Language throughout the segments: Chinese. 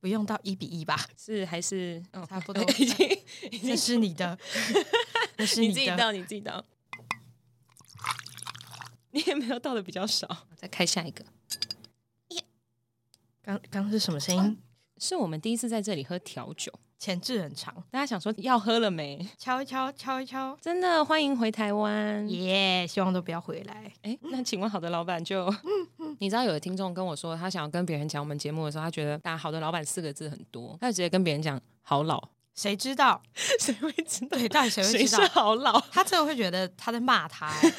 不用到一比一吧？是还是、哦差不多 已经已 那经是你 的，那是你你自己的。倒，你自己倒， 你也没有倒的比较少。 再开下一个，刚刚是什么声音？是我们第一次在这里喝调酒，前置很长，大家想说要喝了没？敲一敲，敲一敲，真的欢迎回台湾。耶、希望都不要回来。哎，那请问好的老板就，你知道有的听众跟我说，他想要跟别人讲我们节目的时候，他觉得打“好的老板”四个字很多，他就直接跟别人讲“好老谁知道？”， 谁会知道对，到底谁会谁知是道？好老？他真的会觉得他在骂他、 欸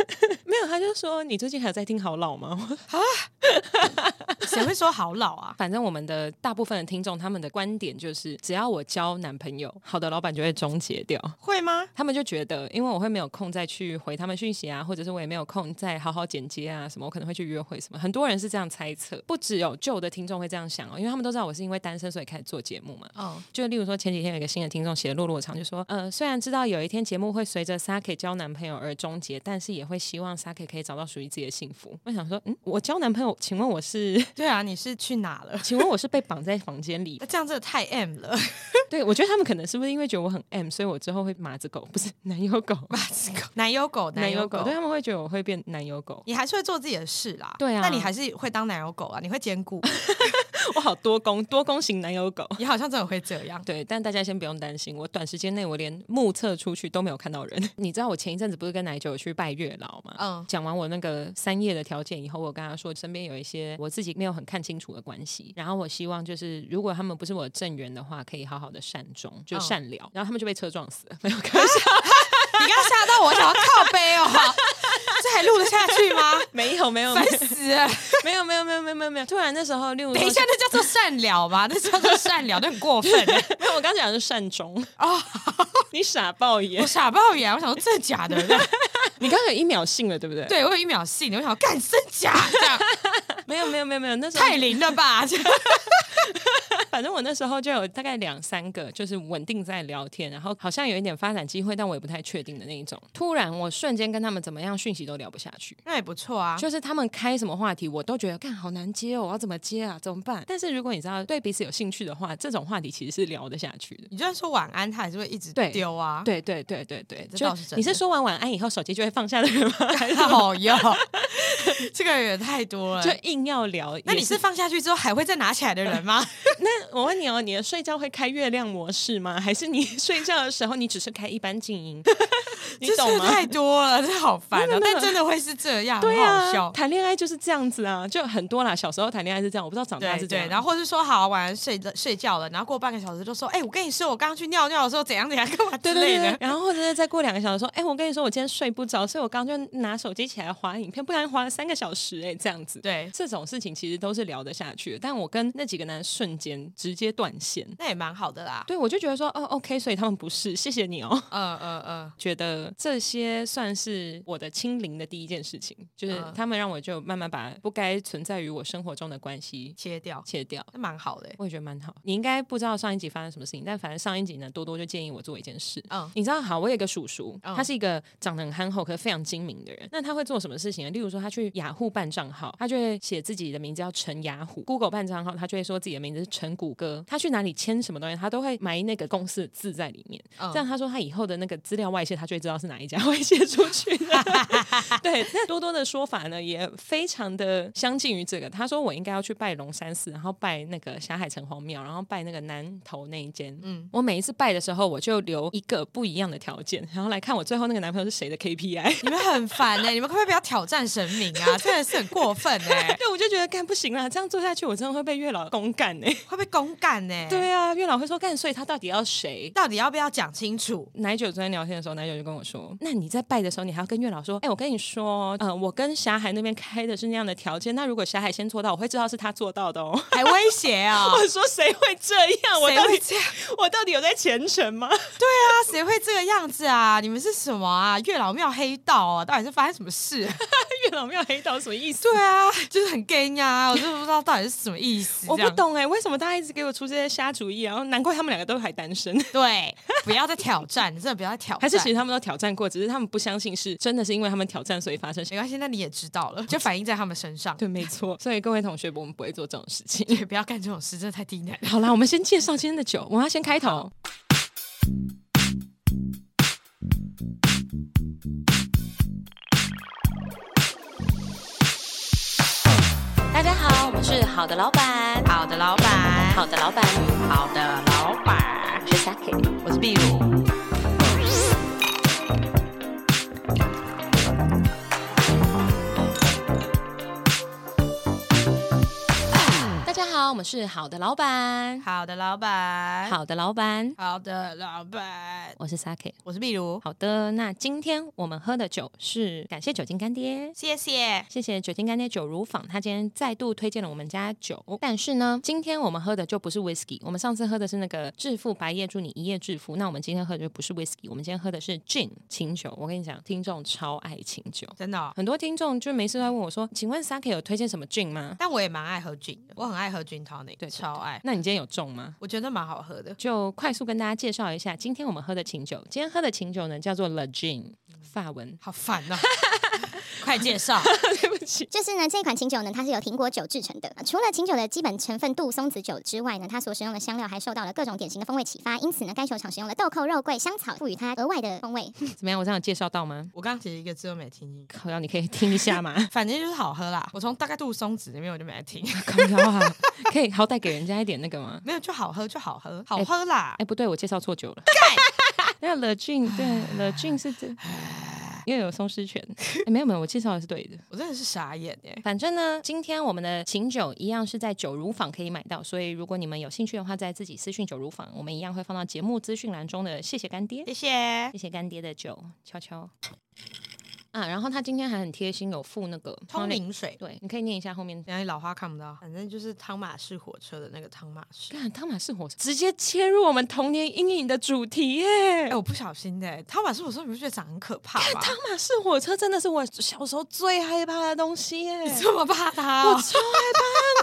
没有，他就说你最近还有在听好老吗？我谁会说好老啊？ 反正我们的大部分的听众，他们的观点就是，只要我交男朋友，好的老板就会终结掉。会吗？他们就觉得，因为我会没有空再去回他们讯息啊，或者是我也没有空再好好剪接啊什么，我可能会去约会什么。很多人是这样猜测，不只有旧的听众会这样想哦，因为他们都知道我是因为单身所以开始做节目嘛。哦，就例如说，前几天有一个新的听众写落落长，就说，呃，虽然知道有一天节目会随着 Saki 交男朋友而终结，但是也会希望 Saki 可以找到属于自己的幸福。我想说，嗯，我交男朋友，请问我是，？对啊，你是去哪了请问我是被绑在房间里那这样真的太 M 了， 对，我觉得他们可能是不是因为觉得我很 M，所以我之后会马子狗，不是男友狗，男友狗，男友友狗，对他们会觉得我会变男友狗，你还是会做自己的事啦。对啊那你还是会当男友狗啊？你会兼顾， 我好多功多功型男友狗。你好像真的会这样。 对，但大家先不用担心，我短时间内我连目测出去都没有看到人。 你知道我前一阵子不是跟奶酒有去拜月老嘛？嗯讲完我那个三夜的条件以后，我跟他说身边有一些我自己没有很看清楚的关系，然后我希望就是如果他们不是我的正缘的话，可以好好的善终，就嗯善了。然后他们就被车撞死了，没有开玩笑， 你刚吓到我，我想要靠背 哦，这还录得下去吗？没有没有没 烦有死了！没有没有没有没有没有没有，突然那时候，例如说等一下，，那叫做善了吧？那叫做善了，那很过 分没有，我刚讲的是善终，哦！你傻爆我眼，傻爆眼，我想说真的假的？ 这样你刚刚有一秒信了，对不对？，对我有一秒信，我想说干真假？这样 没有没有没有没有，那时候太灵了吧？这样反正我那时候就有大概两三个，就是稳定在聊天，然后好像有一点发展机会，但我也不太确定的那一种。突然我瞬间跟他们怎么样讯息都聊不下去。 那也不错啊。就是他们开什么话题，我都觉得干好难接哦，我要怎么接啊？怎么办？但是如果你知道对彼此有兴趣的话，这种话题其实是聊得下去的。你就算说晚安，他还是会一直对丢啊。，对对对对对，这就倒是真的你是说完晚安以后手机就会放下的 人吗？还是好哟， 这个也太多了就。硬要聊。那也你是放下去之后还会再拿起来的人 吗？那我问你哦，你的睡觉会开月亮模式吗？还是你睡觉的时候你只是开一般静 音？你这 真懂的吗？太多了，这好 烦没哦有。没有但真的会是这样，对很好啊，笑。谈恋爱就是这样子啊，就很多啦。小时候谈恋爱是这样，我不知道长大对哦是这样。对，然后或是说好晚上睡着睡觉了，然后过半个小时就说，哎、我跟你说，我刚刚去尿尿的时候怎样怎样，干嘛之对类对的。对，然后或者是再过两个小时说，哎、我跟你说，我今天睡不着，所以我刚刚就拿手机起来划影片，不然划了三个小时、哎，这样子。对这种事情其实都是聊得下去的，但我跟那几个男瞬间直接断线。 那也蛮好的啦。对，我就觉得说，哦，OK，所以他们不是，谢谢你哦。 嗯嗯嗯，觉得这些算是我的清零的第一件事情，就是嗯他们让我就慢慢把不该存在于我生活中的关系切掉，切掉。那蛮好的欸、我也觉得蛮好。你应该不知道上一集发生什么事情，但反正上一集呢，多多就建议我做一件事。嗯你知道，好，我有一个叔叔，嗯他是一个长得很憨厚，可是非常精明的人。那他会做什么事情呢？例如说，他去雅虎办账号，他就会写自己的名字叫陈雅虎；Google 办账号，他就会说自己的名字是陈谷歌。他去哪里签什么东西，他都会埋那个公司的字在里面。嗯这样他说他以后的那个资料外泄，他就会知道是哪一家 外泄出去的。对，那多多的说法呢，也非常的相近于这个。他说我应该要去拜龙山寺，然后拜那个霞海城隍庙，然后拜那个南头那一间。嗯，我每一次拜的时候，我就留一个不一样 的条件，然后来看我最后那个男朋友是谁的 KPI。欸你们很烦呢、你们可不可以不要挑战神明啊？啊，真的是很过分哎、对，我就觉得干不行啦，这样做下去我真的会被月老公干呢、会被公干呢、，对啊，月老会说干，所以他到底要谁？到底要不要讲清楚？奶酒昨天聊天的时候，奶酒就跟我说：“那你在拜的时候，你还要跟月老说，哎、我跟你说，呃，我跟霞海那边开的是那样的条件，那如果霞海先做到，我会知道是他做到的 哦。还威胁啊、 我说：“谁会这样？我谁到会底这样？我到底有在虔诚吗？ 对啊，谁会这个样子啊？你们是什么啊？月老庙黑道啊？到底是发生什么事？ 月老庙黑道什么意思？”对啊，就是很 gay 呀，我就不知道到底是什么意思。 我这不样。懂哎、为什么大家一直给我出这些瞎主意啊？然后难怪他们两个都还单身，对，不要再挑战，真的不要再挑战。 还是其实他们都挑战过，只是他们不相信是真的是因为他们挑战所以发生。没关系，那你也知道了，就反映在他们身上。 对，没错。所以各位同学，我们不会做这种事情。 对，不要干这种事，真的太低能了。好啦，我们先介绍今天的酒，我们要先开头。大家好，我们是好的老板，好的，老板，好的老板，好的，老板，我是 Saki。我是壁如。大家好，我们是好的老板，好的，老板，好的老板，好的，老板，我是 Saki。我是壁如，好的，那今天我们喝的酒是感谢酒精干爹。谢谢。谢谢酒精干爹酒如坊，他今天再度推荐了我们家酒。但是呢，今天我们喝的就不是 whisky，我们上次喝的是那个致富白夜，祝你一夜致富。那我们今天喝的就不是 whisky，我们今天喝的是 gin 清酒。我跟你讲，听众超爱清酒，真的、哦。很多听众就没事都在问我说，请问 Saki 有推荐什么 gin 吗？但我也蛮爱喝菌的，我很爱喝菌 tonic，对超爱，那你今天有中吗？我觉得蛮好喝的。，就快速跟大家介绍一下，今天我们喝的清酒，今天喝的清酒呢叫做 Le Gin，法文好烦 哦！快介绍，对不起，就是呢，这款清酒呢，它是由苹果酒制成的。呃除了清酒的基本成分杜松子酒之外呢，它所使用的香料还受到了各种典型的风味启发，因此呢，该酒厂使用了豆蔻、肉桂、香草，赋予它额外的风味。怎么样？我这样有介绍到吗？我刚刚其实一个字都没听进去。靠腰，你可以听一下吗？反正就是好喝啦，我从大概杜松子那边我就没来听，靠腰啊， 可以好歹给人家一点那个吗？没有就好喝就好喝，好喝啦哎、。不对，我介绍错酒了。 那 Le Gin，对 Le Gin 是这，又有松狮犬、哎没有没有，我介绍的是对的。我真的是傻眼欸耶！反正呢，今天我们的琴酒一样是在酒如坊可以买到，所以如果你们有兴趣的话，再自己私讯酒如坊，我们一样会放到节目资讯栏中的。谢谢干爹。谢谢谢谢干爹的酒，悄悄。啊，然后他今天还很贴心，有附那个通，灵水，对，你可以念一下后面。然后老花看不到，反正就是汤马士火车的那个汤马士。看 汤马士火车直接切入我们童年阴影的主题耶！ 哎、我不小心的、汤马士火车，你不觉得长得很可 怕吗？汤马士火车真的啊是我小时候最害怕的东西耶！你这么怕它、 哦？我超害怕，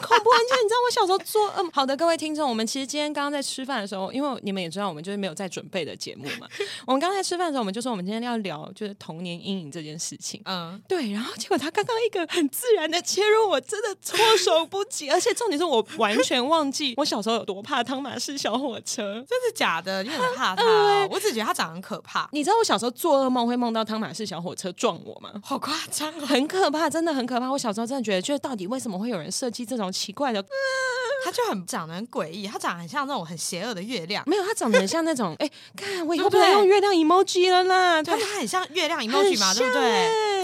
很恐怖！而且你知道我小时候做噩梦。好的，各位听众，我们其实今天刚刚在吃饭的时候，因为你们也知道，我们就是没有在准备的节目 嘛。我们刚刚在吃饭的时候，我们就说我们今天要聊就是童年阴影这件事情。嗯，对，然后结果他刚刚一个很自然的切入，我真的措手不及，而且重点是我完全忘记我小时候有多怕汤马士小火车。 真的假的？你很 怕它、呃哦？我只觉得它长得很可怕，你知道我小时候做噩梦会梦到汤马士小火车撞我吗？好夸张哦！很可怕，真的很可怕。我小时候真的觉得，就是到底为什么会有人设计这种奇怪的？它就很长得很诡异，它长得很像那种很邪恶的月亮，没有，它长得很像那种，哎，看我以后不对不能对用月亮 emoji 了啦。它它它很像月亮 emoji 嘛，对不对？欸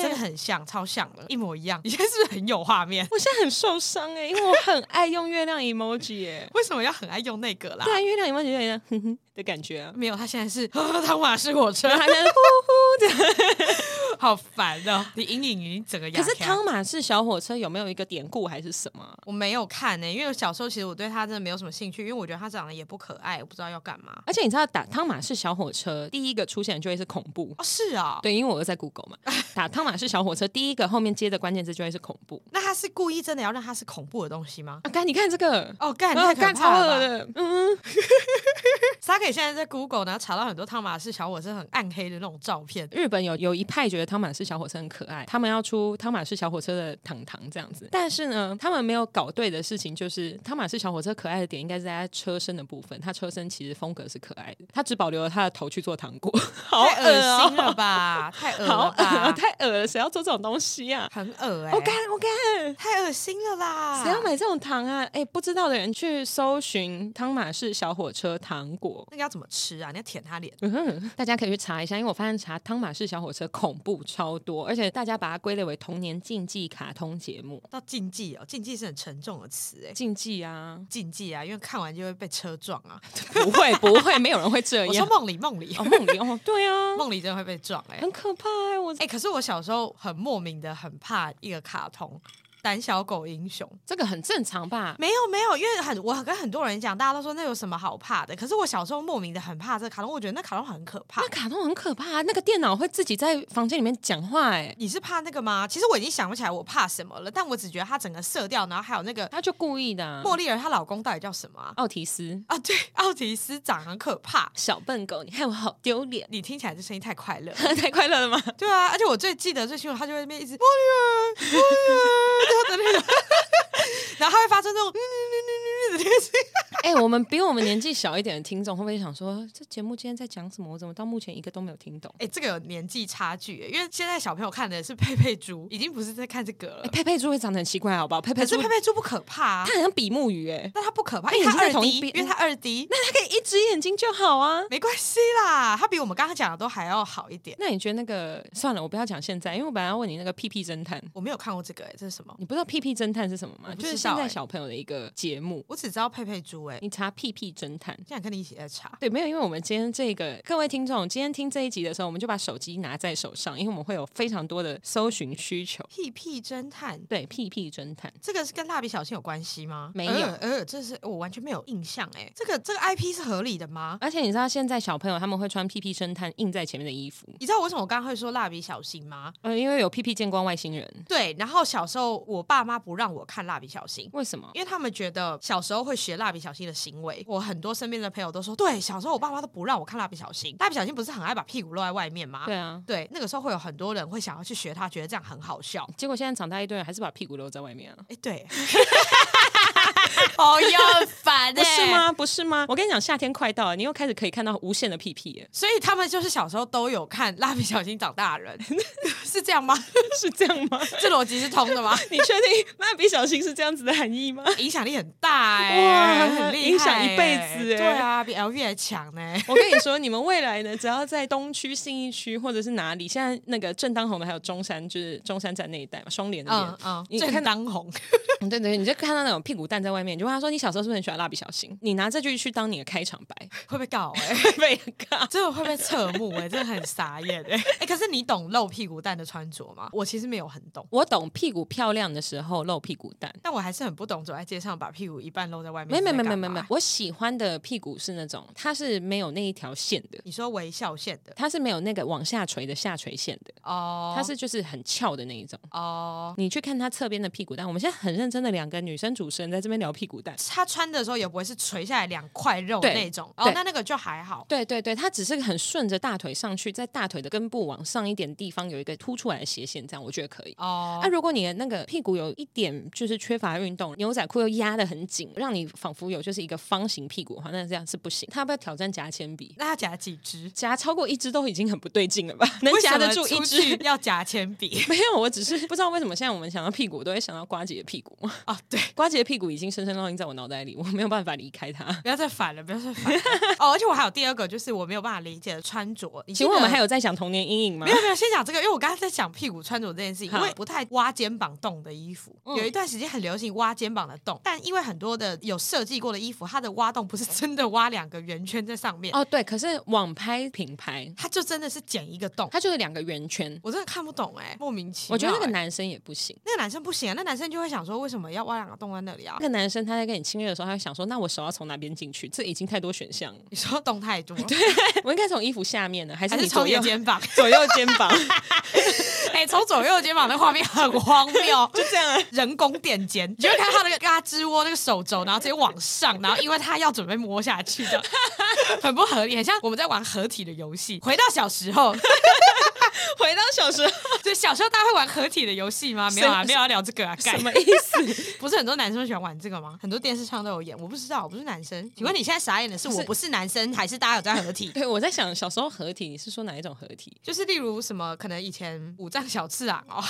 真的很像，超像的，一模一样。你现 在是不是很有画面？ 我现在很受伤哎、因为我很爱用月亮 emoji 哎、为什么要很爱用那个啦对？啊，月亮 emoji 有点像 哼哼的感觉啊。没有，他现在是 汤马士火车，它现在呼呼的。 好烦哦！你阴影已经整个压可下。是汤马士小火车有没有一个典故还是什么啊？我没有看呢、因为我小时候其实我对他真的没有什么兴趣，因为我觉得他长得也不可爱，我不知道要干嘛。而且你知道打汤马士小火车第一个出现的就会是恐怖。哦，是啊、对，因为我又在 Google 嘛， 打汤马士小火车第一个后面接的关键字就会是恐怖。那他是故意真的要让他是恐怖的东西吗？啊，干，你看这个，哦，干，啊太可 干超怕恶了吧！的，嗯，沙可以现在在 Google 然后查到很多汤马士小火车很暗黑的那种照片，日本有有一派觉得汤马士小火车很可爱，他们要出汤马士小火车的糖糖这样子。但是呢，他们没有搞对的事情就是，汤马士小火车可爱的点应该是在它车身的部分，它车身其实风格是可爱的，它只保留了它的头去做糖果，好太恶心哦了吧？太恶了好恶啊，吧？太恶了，谁要做这种东西啊？很恶哎、我干，我干。太恶心了啦！谁要？买这种糖啊？哎、不知道的人去搜寻汤马士小火车糖果，那个要怎么吃啊？你要舔他脸，嗯哼，大家可以去查一下，因为我发现查汤马士小火车恐怖部超多，而且大家把它归类为童年竞技卡通节目。到禁忌哦，禁忌是很沉重的词哎， 竞技啊，禁忌啊，因为看完就会被车撞啊。不会 不会，没有人会这我说样。梦里梦里呃哦，梦里哦， 对啊，梦里真的会被撞 哎、很可怕哎、我哎、可是我小时候很莫名的很怕一个卡通《胆小狗英雄》。这个很正常吧？没有没有，因为很我跟很多人讲，大家都说那有什么好怕的。可是我小时候莫名的很怕这个卡通，我觉得那卡通很可怕那。卡通很可怕、啊，那个电脑会自己在房间里面讲话哎、你是怕那个吗？其实我已经想不起来我怕什么了，但我只觉得它整个色调，然后还有那个他就故意的、啊。莫莉儿她老公到底叫什么啊？奥提斯啊，对，奥提斯长很可怕。，小笨狗，你害我好丢脸 你听起来这声音太快乐了，太快乐了吗？对啊，而且我最记得最清楚，他就会那边一直莫莉儿，莫莉儿，然后的那种， 然后他会发出那种嗯 嗯嗯嗯嗯的那个声音。 哎、我们比我们年纪小一点的听众会不会想说，这节目今天在讲什么？我怎么到目前一个都没有听懂？哎、这个有年纪差距耶，因为现在小朋友看的是佩佩猪，已经不是在看这个了。哎、佩佩猪会长得很奇怪，好不好？佩佩可猪是佩，佩猪不可怕、啊它，很像比目鱼哎、但它不可怕，它因为它二眼睛在同 D，一因边为它二 D，那它可以一只眼睛就好啊。没关系啦，它比我们刚刚讲的都还要好一点。那你觉得那个算了，我不要讲现在，因为我本来要问你那个屁屁侦探，我没有看过这个、哎，这是什么？你不知道屁屁侦探是什么吗？我不就是知道现在哎小朋友的一个节目，我只知道佩佩猪、哎，你查屁屁侦探。现在跟你一起在查。对，没有，因为我们今天这个各位听众，今天听这一集的时候，我们就把手机拿在手上，因为我们会有非常多的搜寻需求。屁屁侦探，对，屁屁侦探，这个是跟蜡笔小新有关系吗？没有呃，呃这是我完全没有印象、哎，这个这个 IP 是合理的吗？而且你知道现在小朋友他们会穿屁屁侦探印在前面的衣服，你知道为什么我刚刚会说蜡笔小新吗？呃，因为有屁屁见光外星人，对，然后小时候我爸妈不让我看蜡笔小新，为什么？因为他们觉得小时候会学蜡笔小新的行为，我很多身边的朋友都说，对，小时候我爸妈都不让我看蜡笔小新，蜡笔小新不是很爱把屁股露在外面吗？对啊，对，那个时候会有很多人会想要去学他，觉得这样很好笑。结果现在长大一堆人还是把屁股露在外面啊。哎， 对，哦哟，烦不是？吗？不是吗？我跟你讲，夏天快到了，你又开始可以看到无限的屁屁耶，所以他们就是小时候都有看蜡笔小新长大的人， 是这样吗？ 是这样吗？这逻辑是通 的吗？你确定蜡笔小新是这样子的含义吗？影响力很大哎、哇很厉害、影响一辈子对哎啊，比 LV 还强呢、我跟你说，你们未来呢，只要在东区、信义区或者是哪里，现在那个正当红的还有中山，就是中山站那一带嘛，双联那嗯边。嗯，你正看当红， 嗯、对对，你就看到那种屁股蛋在外面，你就问他说：“你小时候是不是很喜欢蜡笔小新？”你拿这句去当你的开场白，会被告哎、会 被尬。真的会被侧目欸哎、真的很傻眼 哎、哎、可是你懂露屁股蛋的穿着吗？我其实没有很懂， 我懂屁股漂亮的时候露屁股蛋，但我还是很不懂走哎在街上把屁股一半露在外面。没没没没没没没，，我喜欢的屁股是那种它是没有那一条线的，你说微笑线的它是没有那个往下垂的下垂线的，哦，它是就是很翘的那一种。哦。你去看她侧边的屁股蛋，我们现在很认真的两个女生主持人在这边聊屁股蛋，他穿的时候也不会是垂下来两块肉对那种，哦对，那那个就还好。对对对，它只是很顺着大腿上去，在大腿的根部往上一点地方有一个凸出来的斜线，这样我觉得可以。哦啊，，如果你的那个屁股有一点就是缺乏运动，牛仔裤又压得很紧，让你仿佛有就是一个方形屁股的话，那这样是不行。他要不要挑战夹铅笔？那他夹几支？夹超过一只都已经很不对劲了吧？能 为什夹得么住一出只去？要夹铅笔 没有，我只是不知道为什么现在我们想到屁股，我都会想到瓜姐的屁 股。哦，对，瓜姐的屁股已经深深烙印在我脑袋里，我没有办法离 开它。不要再反了，不要再反 了。哦，而且我还有第二个，就是我没有办法理解的穿着。你记请问我得们还有在想童年阴影吗没？有没有，先讲这个，因为我刚刚在讲屁股穿着这件事情，好因为不太挖肩膀洞的衣服，嗯有一段时间很流行挖肩膀的洞，但因为很多的有设计过的衣服，它的挖洞不是真的挖两个圆圈在上面， 哦，对，可是网拍品牌它就真的是剪一个洞，它就是两个圆圈。我真的看不懂哎、莫名其妙欸、我觉得那个男生也不行，那个男生不行啊，那男生就会想说为什么要挖两个洞在那里啊那？个男生他在跟你亲热的时候，他会想说：“那我手要从哪边进去？”这已经太多选项 。了你说洞太 多，对，我应该从衣服下面呢，还是还你是左从你右 的肩膀？左右肩 膀？哎、从左右肩膀那画面很荒谬。 就这样啊。人工垫肩，你就会看他那个嘎吱窝那个手肘，然后直接往上，然后因为他要准备摸下去的，很不合理，很像我们在玩合体的游戏。回到小时候， 回到小时候，就小时候大家会玩合体的游戏吗？没有啊，什没有要聊这个啊，什干么意思？不是很多男生喜欢玩这个吗？很多电视上都有演，我不知道，我不是男生。请问你现在傻眼的是嗯不是我不是男生，还是大家有在合体？ 对，我在想小时候合体，你是说哪一种合体？就是例如什么，可能以前五脏小次郎哦，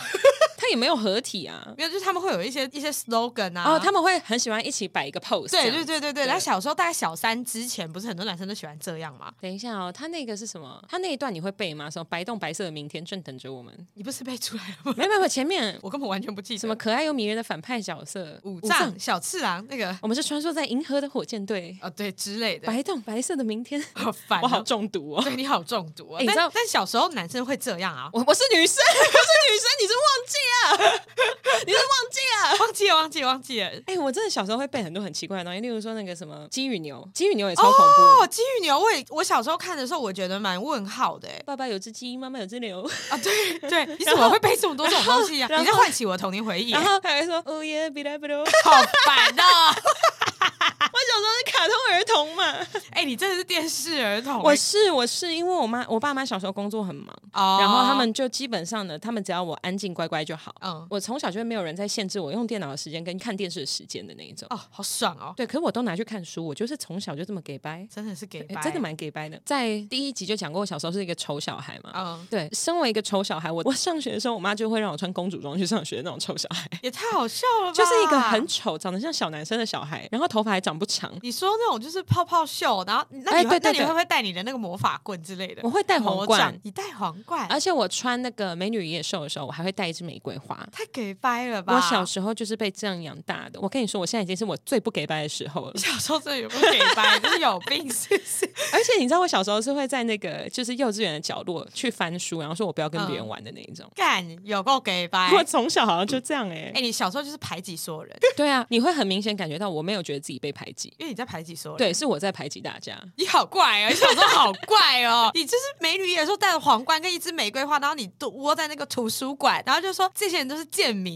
它也没有合体啊。没有，就是他们会有一些一些 slogan 啊，哦，他们会很喜欢一起摆一个 pose 这样对对子。对对对，对他小时候大概小三之前，不是很多男生都喜欢这样吗？等一下哦，他那个是什么？他那一段你会背吗？什么白洞白色的明天正等着我们？你不是背出来了吗？ 没有没有没有，前面我根本完全不记得什么可爱又迷人的反派角色五藏、小次郎那个我们是穿梭在银河的火箭队，哦，对之类的，白洞白色的明 天，好烦、我好哦。中毒哦。对你好中毒啊！哎你知但道但小时候男生会这样啊，我我是女生，我是女生，你是忘记了，你是忘记了。忘记了，忘记了，忘记了。哎、我真的小时候会背很多很奇怪的东西，例如说那个什么鸡与牛，鸡与牛也超恐怖。哦，金鱼牛，我也我小时候看的时候，我觉得蛮问号的哎。爸爸有只鸡，妈妈有只牛，啊，对对，你怎么会背这么多这种东西啊？然后你在唤起我的童年回忆，欸然后还会说哦耶，比拉比拉。我小时好烦哦！候是卡通儿童嘛，哎，你真的是电视儿童欸， 我是我是因为我妈我爸妈小时候工作很忙，哦然后他们就基本上呢，他们只要我安静乖乖就好。嗯我从小就没有人在限制我用电脑的时间跟看电视的时间的那一种。哦，好爽哦，对，可是我都拿去看书，我就是从小就这么给掰。真的是给哎白，真的蛮给掰的，在第一集就讲过，我小时候是一个丑小孩嘛。嗯，对，身为一个丑小孩，我我 上学的时候，我妈就会让我穿公主装去上学的那种丑小孩，也太好笑了吧？就是一个很丑、长得像小男生的小孩，然后头发还长不长。你说那种就是泡泡袖，然后那哎你会对对那你对会不会带你的那个魔法棍之类的？我会戴皇魔冠啊杖，你戴皇冠，而且我穿那个《美女与野兽》的时候，我还会带一支玫瑰花。太给掰了吧？我小时候就是被这样养大的。我跟你说，我现在已经是我最不给掰的时候 了你。小时候真的有没有给掰？你就是有 病是不是？而且你知道，我小时候是会在那个就是幼稚园的角落去翻书，然后说我不要跟别人玩的那一种。干有够给掰。我从小好像就这样哎、哎、你小时候就是排挤所有人，对啊，你会很明显感觉到我没有觉得自己被排挤，因为你在排挤所有人。对，，是我在排挤大家。你好怪哦，你小时候好怪哦，你就是美女野兽戴着皇冠跟一支玫瑰花，然后你都窝在那个图书馆，然后就说这些人都是贱民。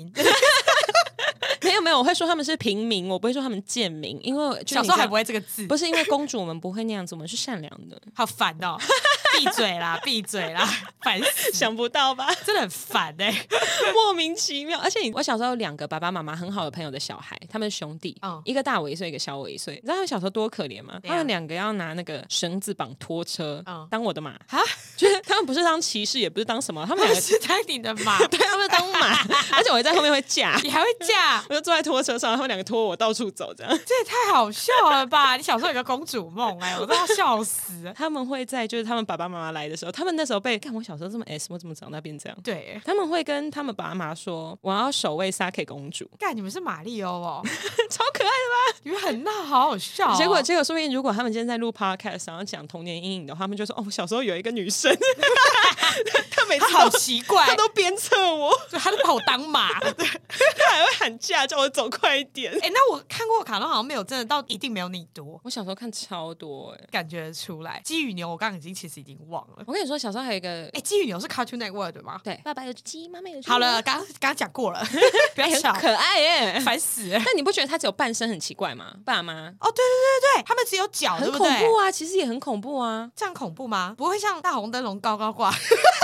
没有没有，我会说他们是平民，我不会说他们贱民，因为就是小时候还不会，会这个字，不是因为公主我们不会那样子，我们是善良的。好烦哦。闭嘴啦，闭嘴啦，烦死！想不到吧？真的很烦哎、 莫名其妙。而且你我小时候有两个爸爸妈妈很好的朋友的小孩，他们是兄弟，嗯一个大我一岁，一个小我一岁。你知道他们小时候多可怜吗？怎样他们两个要拿那个绳子绑拖车，嗯当我的马，啊， 就是他们不是当骑士，也不是当什么，他们我两个是当你的马，对，他们是当马，而且我在后面会架。你还会嫁？我就坐在拖车上，他们两个拖我到处走，这样。 这也太好笑了吧！你小时候有个公主梦哎、我都要笑死了。他们会在就是他们爸爸妈妈来的时候，他们那时候被看我小时候这么 S，我怎么长大变这样？对、欸，他们会跟他们爸妈说：“我要守卫 Sake 公主，干你们是马里欧哦， 超可爱的吧？”你们很闹，好好笑哦、结果，结果说不定，如果他们今天在录 podcast，然后讲童年阴影的话，他们就说：“哦，我小时候有一个女生， 她每次他好奇怪，她都鞭策我，就他都把我当 马。哎、她还会喊价叫我走快一点。那我看过的卡通好像没有真的到一定没有你多”，哎我小时候看超多哎、感觉得出来。鸡与牛我刚刚已经其实已经忘了。我跟你说，小时候还有一个哎、鸡与牛是 Cartoon Network 的吗？对，爸爸有只鸡，妈妈有只好 了，，刚刚刚讲过了， 不要哎、吵很，可爱耶、烦死了。但你不觉得他只有半身很奇怪吗？爸妈哦，对对对对，他们只有脚，对很不恐对？怖啊，其实也很恐怖啊，这样恐怖吗？不会像大红灯笼高高挂？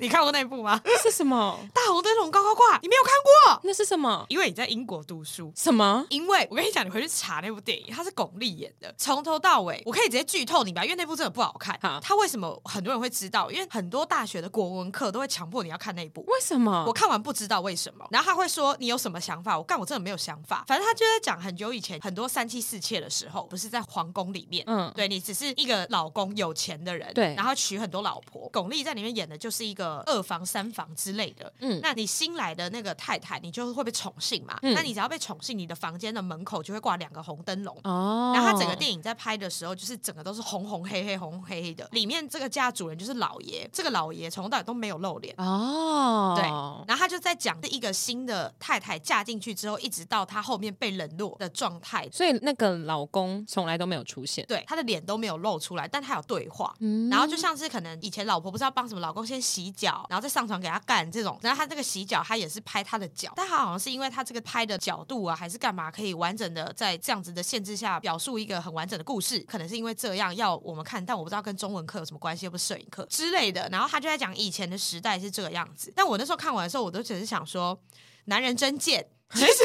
你看过那部吗？是什么？大红灯笼高高挂，你没有看过？那是什么？因为你在英国读书。什么？因为我跟你讲，你回去查那部电影，它是巩俐演的，从头到尾，我可以直接剧透你吧，因为那部真的不好看。好它为什么很多人会知道？因为很多大学的国文课都会强迫你要看那一部。为什么？我看完不知道为什么，然后他会说你有什么想法？我干，我真的没有想法。反正他就在讲很久以前很多三妻四妾的时候，不是在皇宫里面，嗯对你只是一个老公有钱的人，对然后娶很多老婆。巩俐在里面演的就是一个二房三房之类的，嗯嗯，那你新来的那个太太，你就会被宠幸嘛，嗯那你只要被宠幸，你的房间的门口就会挂两个红灯笼。哦，然后他整个电影在拍的时候，就是整个都是红红黑黑、红红黑黑的。里面这个家主人就是老爷，这个老爷从头到尾都没有露脸，哦，对，然后他就在讲一个新的太太嫁进去之后，一直到她后面被冷落的状态，所以那个老公从来都没有出现。 对她的脸都没有露出来，但她有对话。嗯然后就像是可能以前老婆不是要帮什么老公先洗脚，然后再上床给他干这种，然后他这个洗脚他也是拍他的脚，但他好像是因为他这个拍的角度啊还是干嘛，可以完整的在这样子的限制下表述一个很完整的故事，可能是因为这样要我们看，但我不知道跟中文课有什么关系，又不是摄影课之类的。然后他就在讲以前的时代是这个样子，但我那时候看完的时候，我都只是想说，男人真贱。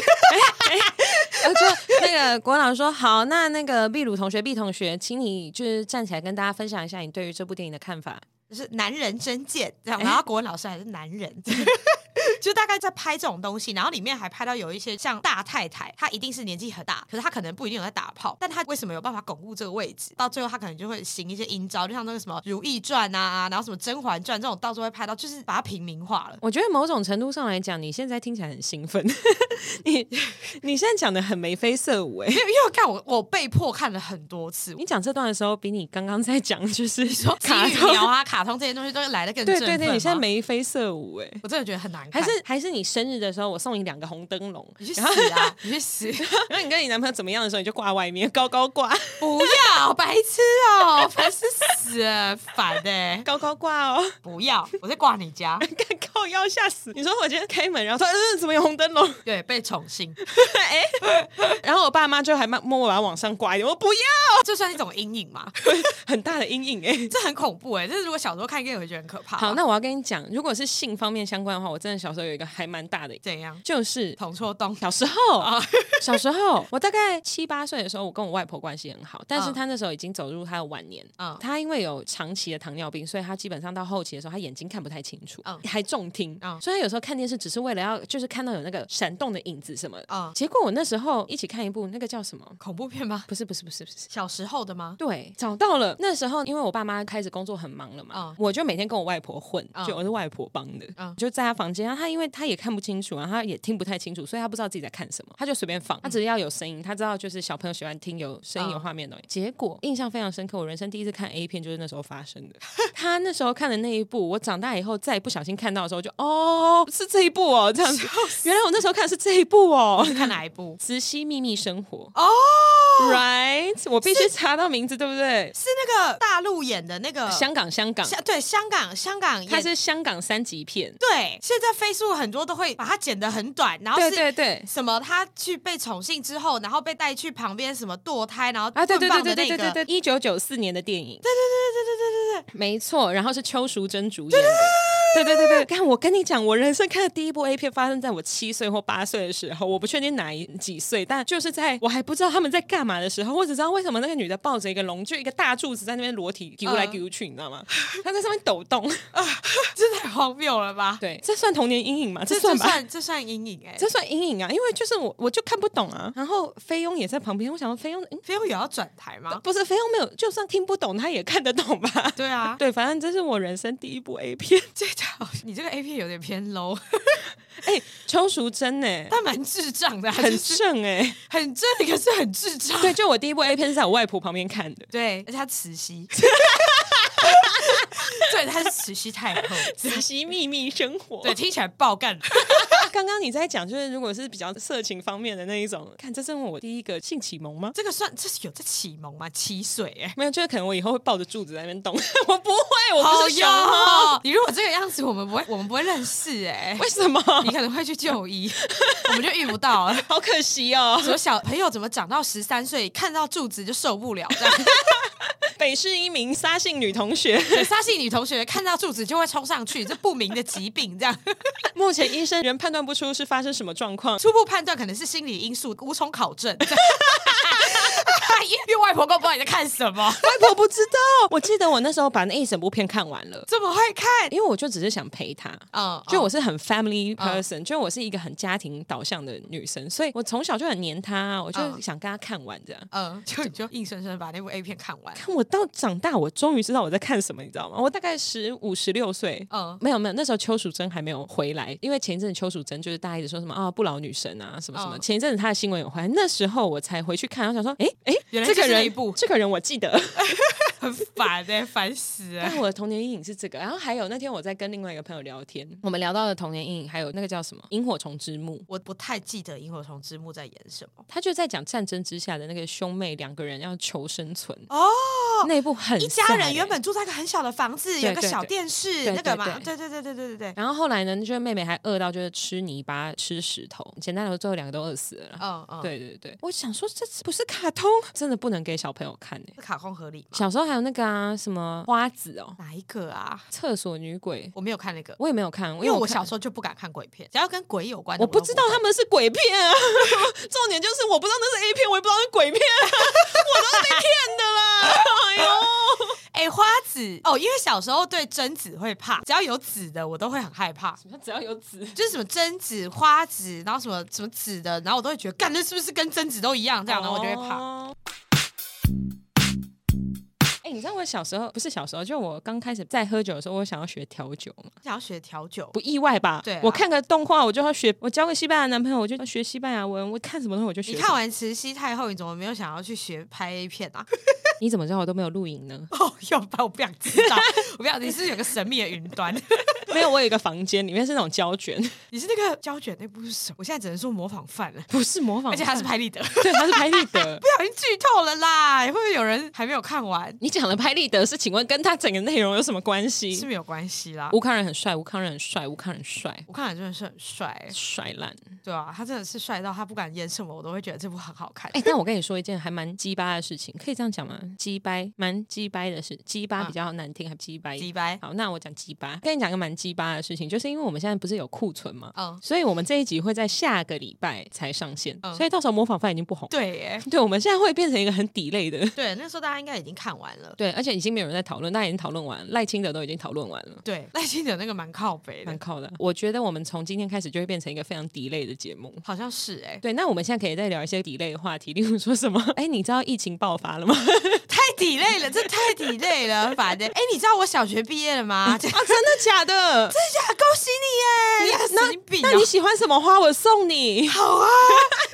然后呃就那个国老师说：“好，那那个秘鲁同学、毕同学，请你就是站起来跟大家分享一下你对于这部电影的看法。哎就是男人真贱这样，然后国文老师还是男人， 就大概在拍这种东西，然后里面还拍到有一些像大太太，她一定是年纪很大，可是她可能不一定有在打炮，但她为什么有办法巩固这个位置？到最后她可能就会行一些阴招，就像那个什么《如懿传》啊，然后什么《甄嬛传》这种，到时候会拍到，就是把它平民化了。 我觉得某种程度上来讲，你现在听起来很兴奋， 你你现在讲的很眉飞色舞哎、因为因为我看我我被迫看了很多次，你讲这段的时候，比你刚刚在讲就是说卡卡通通，啊、卡通这些东西都来的更 对振对奋对，你现在吗，眉飞色舞哎、我真的觉得很难还看，是还是你生日的时候，我送你两个红灯笼， 你去死啊，你去死！然后你跟你男朋友怎么样的时候，你就挂外面，高高挂， 不要，白痴哦、烦死死了，烦哎、高高挂哦，不要，我在挂你家，看 靠腰吓死！你说我今天开门，然后说嗯，怎么有红灯笼？ 对，被宠幸，然后我爸妈就还默默把它往上挂一点，我不要，这算一种阴影嘛？ 很大的阴影哎、这很恐怖哎、这是如果小时候看，应该也会觉得很可怕吧。好，那我要跟你讲，如果是性方面相关的话，我真的小时候有一个还蛮大的，怎样？就是捅错洞小时哦候，小 时候，我大概七八岁的时候，我跟我外婆关系很好，但是嗯她那时候已经走入她的晚年。嗯她因为有长期的糖尿病，所以她基本上到后期的时候，她眼睛看不太清楚，嗯还重听，嗯所以她有时候看电视只是为了要就是看到有那个闪动的影子什么的。啊、嗯结果我那时候一起看一部那个叫什么？恐怖片吗？不是不是不是不是，小时候的 吗？对，找到了。那时候因为我爸妈开始工作很忙了嘛，嗯我就每天跟我外婆混，嗯就我是外婆帮的，嗯就在她房间。然后她因为她也看不清楚啊，她也听不太清楚，所以她不知道自己在看什么，她就随便放。她只要有声音，她知道就是小朋友喜欢听有声嗯音、有画面的东西。结果印象非常深刻，我人生第一次看 A 片就是那时候发生的。 她那时候看的那一部，我长大以后再也不小心看到的时候就，哦，是这一部哦，这样子。原来我那时候看的是这一部哦。 看哪一部？慈禧秘密生活哦， ，right？我必须查到名字，对不对？是那个大陆演的那个香港，嗯香港，香对香港香港它演。是香港三级片。对，现在 Facebook 很多都会把它剪得很短，然后对是对对，什么他去被宠幸之后，然后被带去旁边什么堕胎，然后啊，对对对棍棒对的对对那个对对，一九九四年的电影。对对对对对啊对对对，没错。然后是邱淑贞主演的。对对对对，看我跟你讲，我人生看的第一部 A 片发生在我七岁或八岁的时候，我不确定哪一几岁，但就是在我还不知道他们在干嘛的时候，我只知道为什么那个女的抱着一个笼，就一个大柱子在那边裸体丢来丢去，你知道吗？她在上面抖动。这太荒谬了吧？对， 这算童年阴影吗？这这算吧。算这算阴影哎、这算阴影啊，因为就是我我就看不懂啊。然后菲佣也在旁边，我想说菲佣，嗯，非要也要转台吗？不是菲佣没有，就算听不懂，他也看得懂吧？对啊，对，反正这是我人生第一部 A 片。 这条你这个 A 片有点偏 low，哎、邱淑贞呢、但蛮智障的，啊很就是正哎、很正，可是很智障。对，就我第一部 A 片是在我外婆旁边看的。对，而且他慈 禧，对，他是慈禧太后，慈禧秘密生活。对，，听起来爆干。刚刚你在讲，就是如果是比较色情方面的那一种，看这是我第一个性启蒙吗？这个算这是有在启蒙吗？七岁哎、没有，就是可能我以后会抱着柱子在那边动。 我不会，我好不是熊哦猫。哦哟！你如果这个样子，我们不会，我们不会认识哎、为什么？你可能会去就 医，我们就遇不到了。好可惜哦。什么小朋友怎么长到十三岁，看到柱子就受不了？这样，北市一名撒姓女同 学，对沙系女同学看到柱子就会冲上去，这不明的疾病， 这样目前医生仍判断不出是发生什么状况。初步判断可能是心理因素，无从考证。因为外婆公不知道你在看什 么，外婆不知道，我记得我那时候把那一整部片看完了，这么会看？因为我就只是想陪她。 嗯，就我嗯是很 family person，、就我是一个很家庭导向的女生，所以我从小就很黏她，我就嗯想跟她看完这样。嗯，就你就硬生生把那部 A 片看完。看我到长大，我终于知道我在看什么，你知道吗？我大概十五、十六岁，嗯没有没有，那时候邱淑贞还没有回来，因为前一阵子邱淑贞就是大家一直说什么啊不老女神啊什么什么，嗯前一阵子她的新闻有回来，那时候我才回去看，我想说，哎哎，原来这个就是那人一 部这个人我记得，很烦哎、烦死哎、但我的童年阴影是这个。然后还有那天我在跟另外一个朋友聊天，我们聊到的童年阴影还有那个叫什么《萤火虫之墓》，我不太记得《萤火虫之墓》在演什么他就在讲战争之下的那个兄妹两个人要求生存，哦。那部很一家吓人原本住在一个很小的房子，有个对小对电视，对那个嘛，对对对对对对对对，然后后来呢，就是妹妹还饿到就是吃泥哦巴、吃石头，简单来说，最后两个都饿死了啦。嗯嗯，对对对，我想说这不是卡通，真的不能给小朋友看诶、这卡通合理吗？小时候还有那个啊，什么花子哦，哪一个啊？厕所女鬼，我没有看那个，我也没有看，因因为我小时候候就不敢看鬼片，只要跟鬼有关的我我不知道他们是鬼片啊。 重点就是我不知道那是 A 片，我也不知道 是鬼片，我都是被骗的啦。哎呦，哎、花子哦，因为小时候对贞子会怕，只要有子的我都会很害怕。什么只要有纸，就是什么贞子、花子，然后什么什么子的，然后我都会觉得，干，那是不是跟贞子都一样？这样，然后我就会怕。哦哎、你知道我小时候不是小时候，就我刚开始在喝酒的时候，我想要学调酒嘛，想要学调酒，不意外吧？对啊我看个动画，我就要学，我交个西班牙男朋友，我就要学西班牙文，我看什么东西我就学。你看，完《慈禧太后》，你怎么没有想要去学拍 A 片啊？？你怎么知道我都没有录影呢 哦，要不然我不想知道， 我不想，你是不是有个神秘的云端， 没有，我有一个房间，里面是那种胶卷， 你是那个胶卷那部是什么？我现在只能说模仿犯了，不是模仿，而且他是，拍立得， 不对，他是拍立得。 小心剧透了啦，会不会有人还没有看完？你讲的拍立得是，请问跟他整个内容有什么关是系？没有关系啦。吴康仁很帅，吴康仁很帅，吴康仁很帅，我看了真的是很帅、欸，帅烂。对啊，他真的是帅到他不敢演什么，我都会觉得这部很好看。哎、但我跟你说一件还蛮鸡巴的事情，可以这样讲吗？鸡掰，蛮鸡掰的事，鸡巴啊比较难听，还嗯鸡掰。鸡掰，好，那我讲鸡巴，跟你讲个蛮鸡巴的事情，就是因为我们现在不是有库存嘛，嗯，所以我们这一集会在下个礼拜才上线，嗯所以到时候模仿犯已经不红。对耶，对，我们现在会变成一个很底类的。对，那时候大家应该已经看完了。对，而且已经没有人在讨论，大家已经讨论完，赖清德都已经讨论完了。对，赖清德那个蛮靠北蛮的，靠的，我觉得我们从今天开始就会变成一个非常底类的节目。好像是哎、对，那我们现在可以再聊一些底类的话题，例如说什么？哎，你知道疫情爆发了吗？太抵累了，这太抵累了，很烦的。哎、你知道我小学毕业了吗？这样啊，真的假的？呀，恭喜你耶！你神经病那啊你喜欢什么花？我送你 好啊，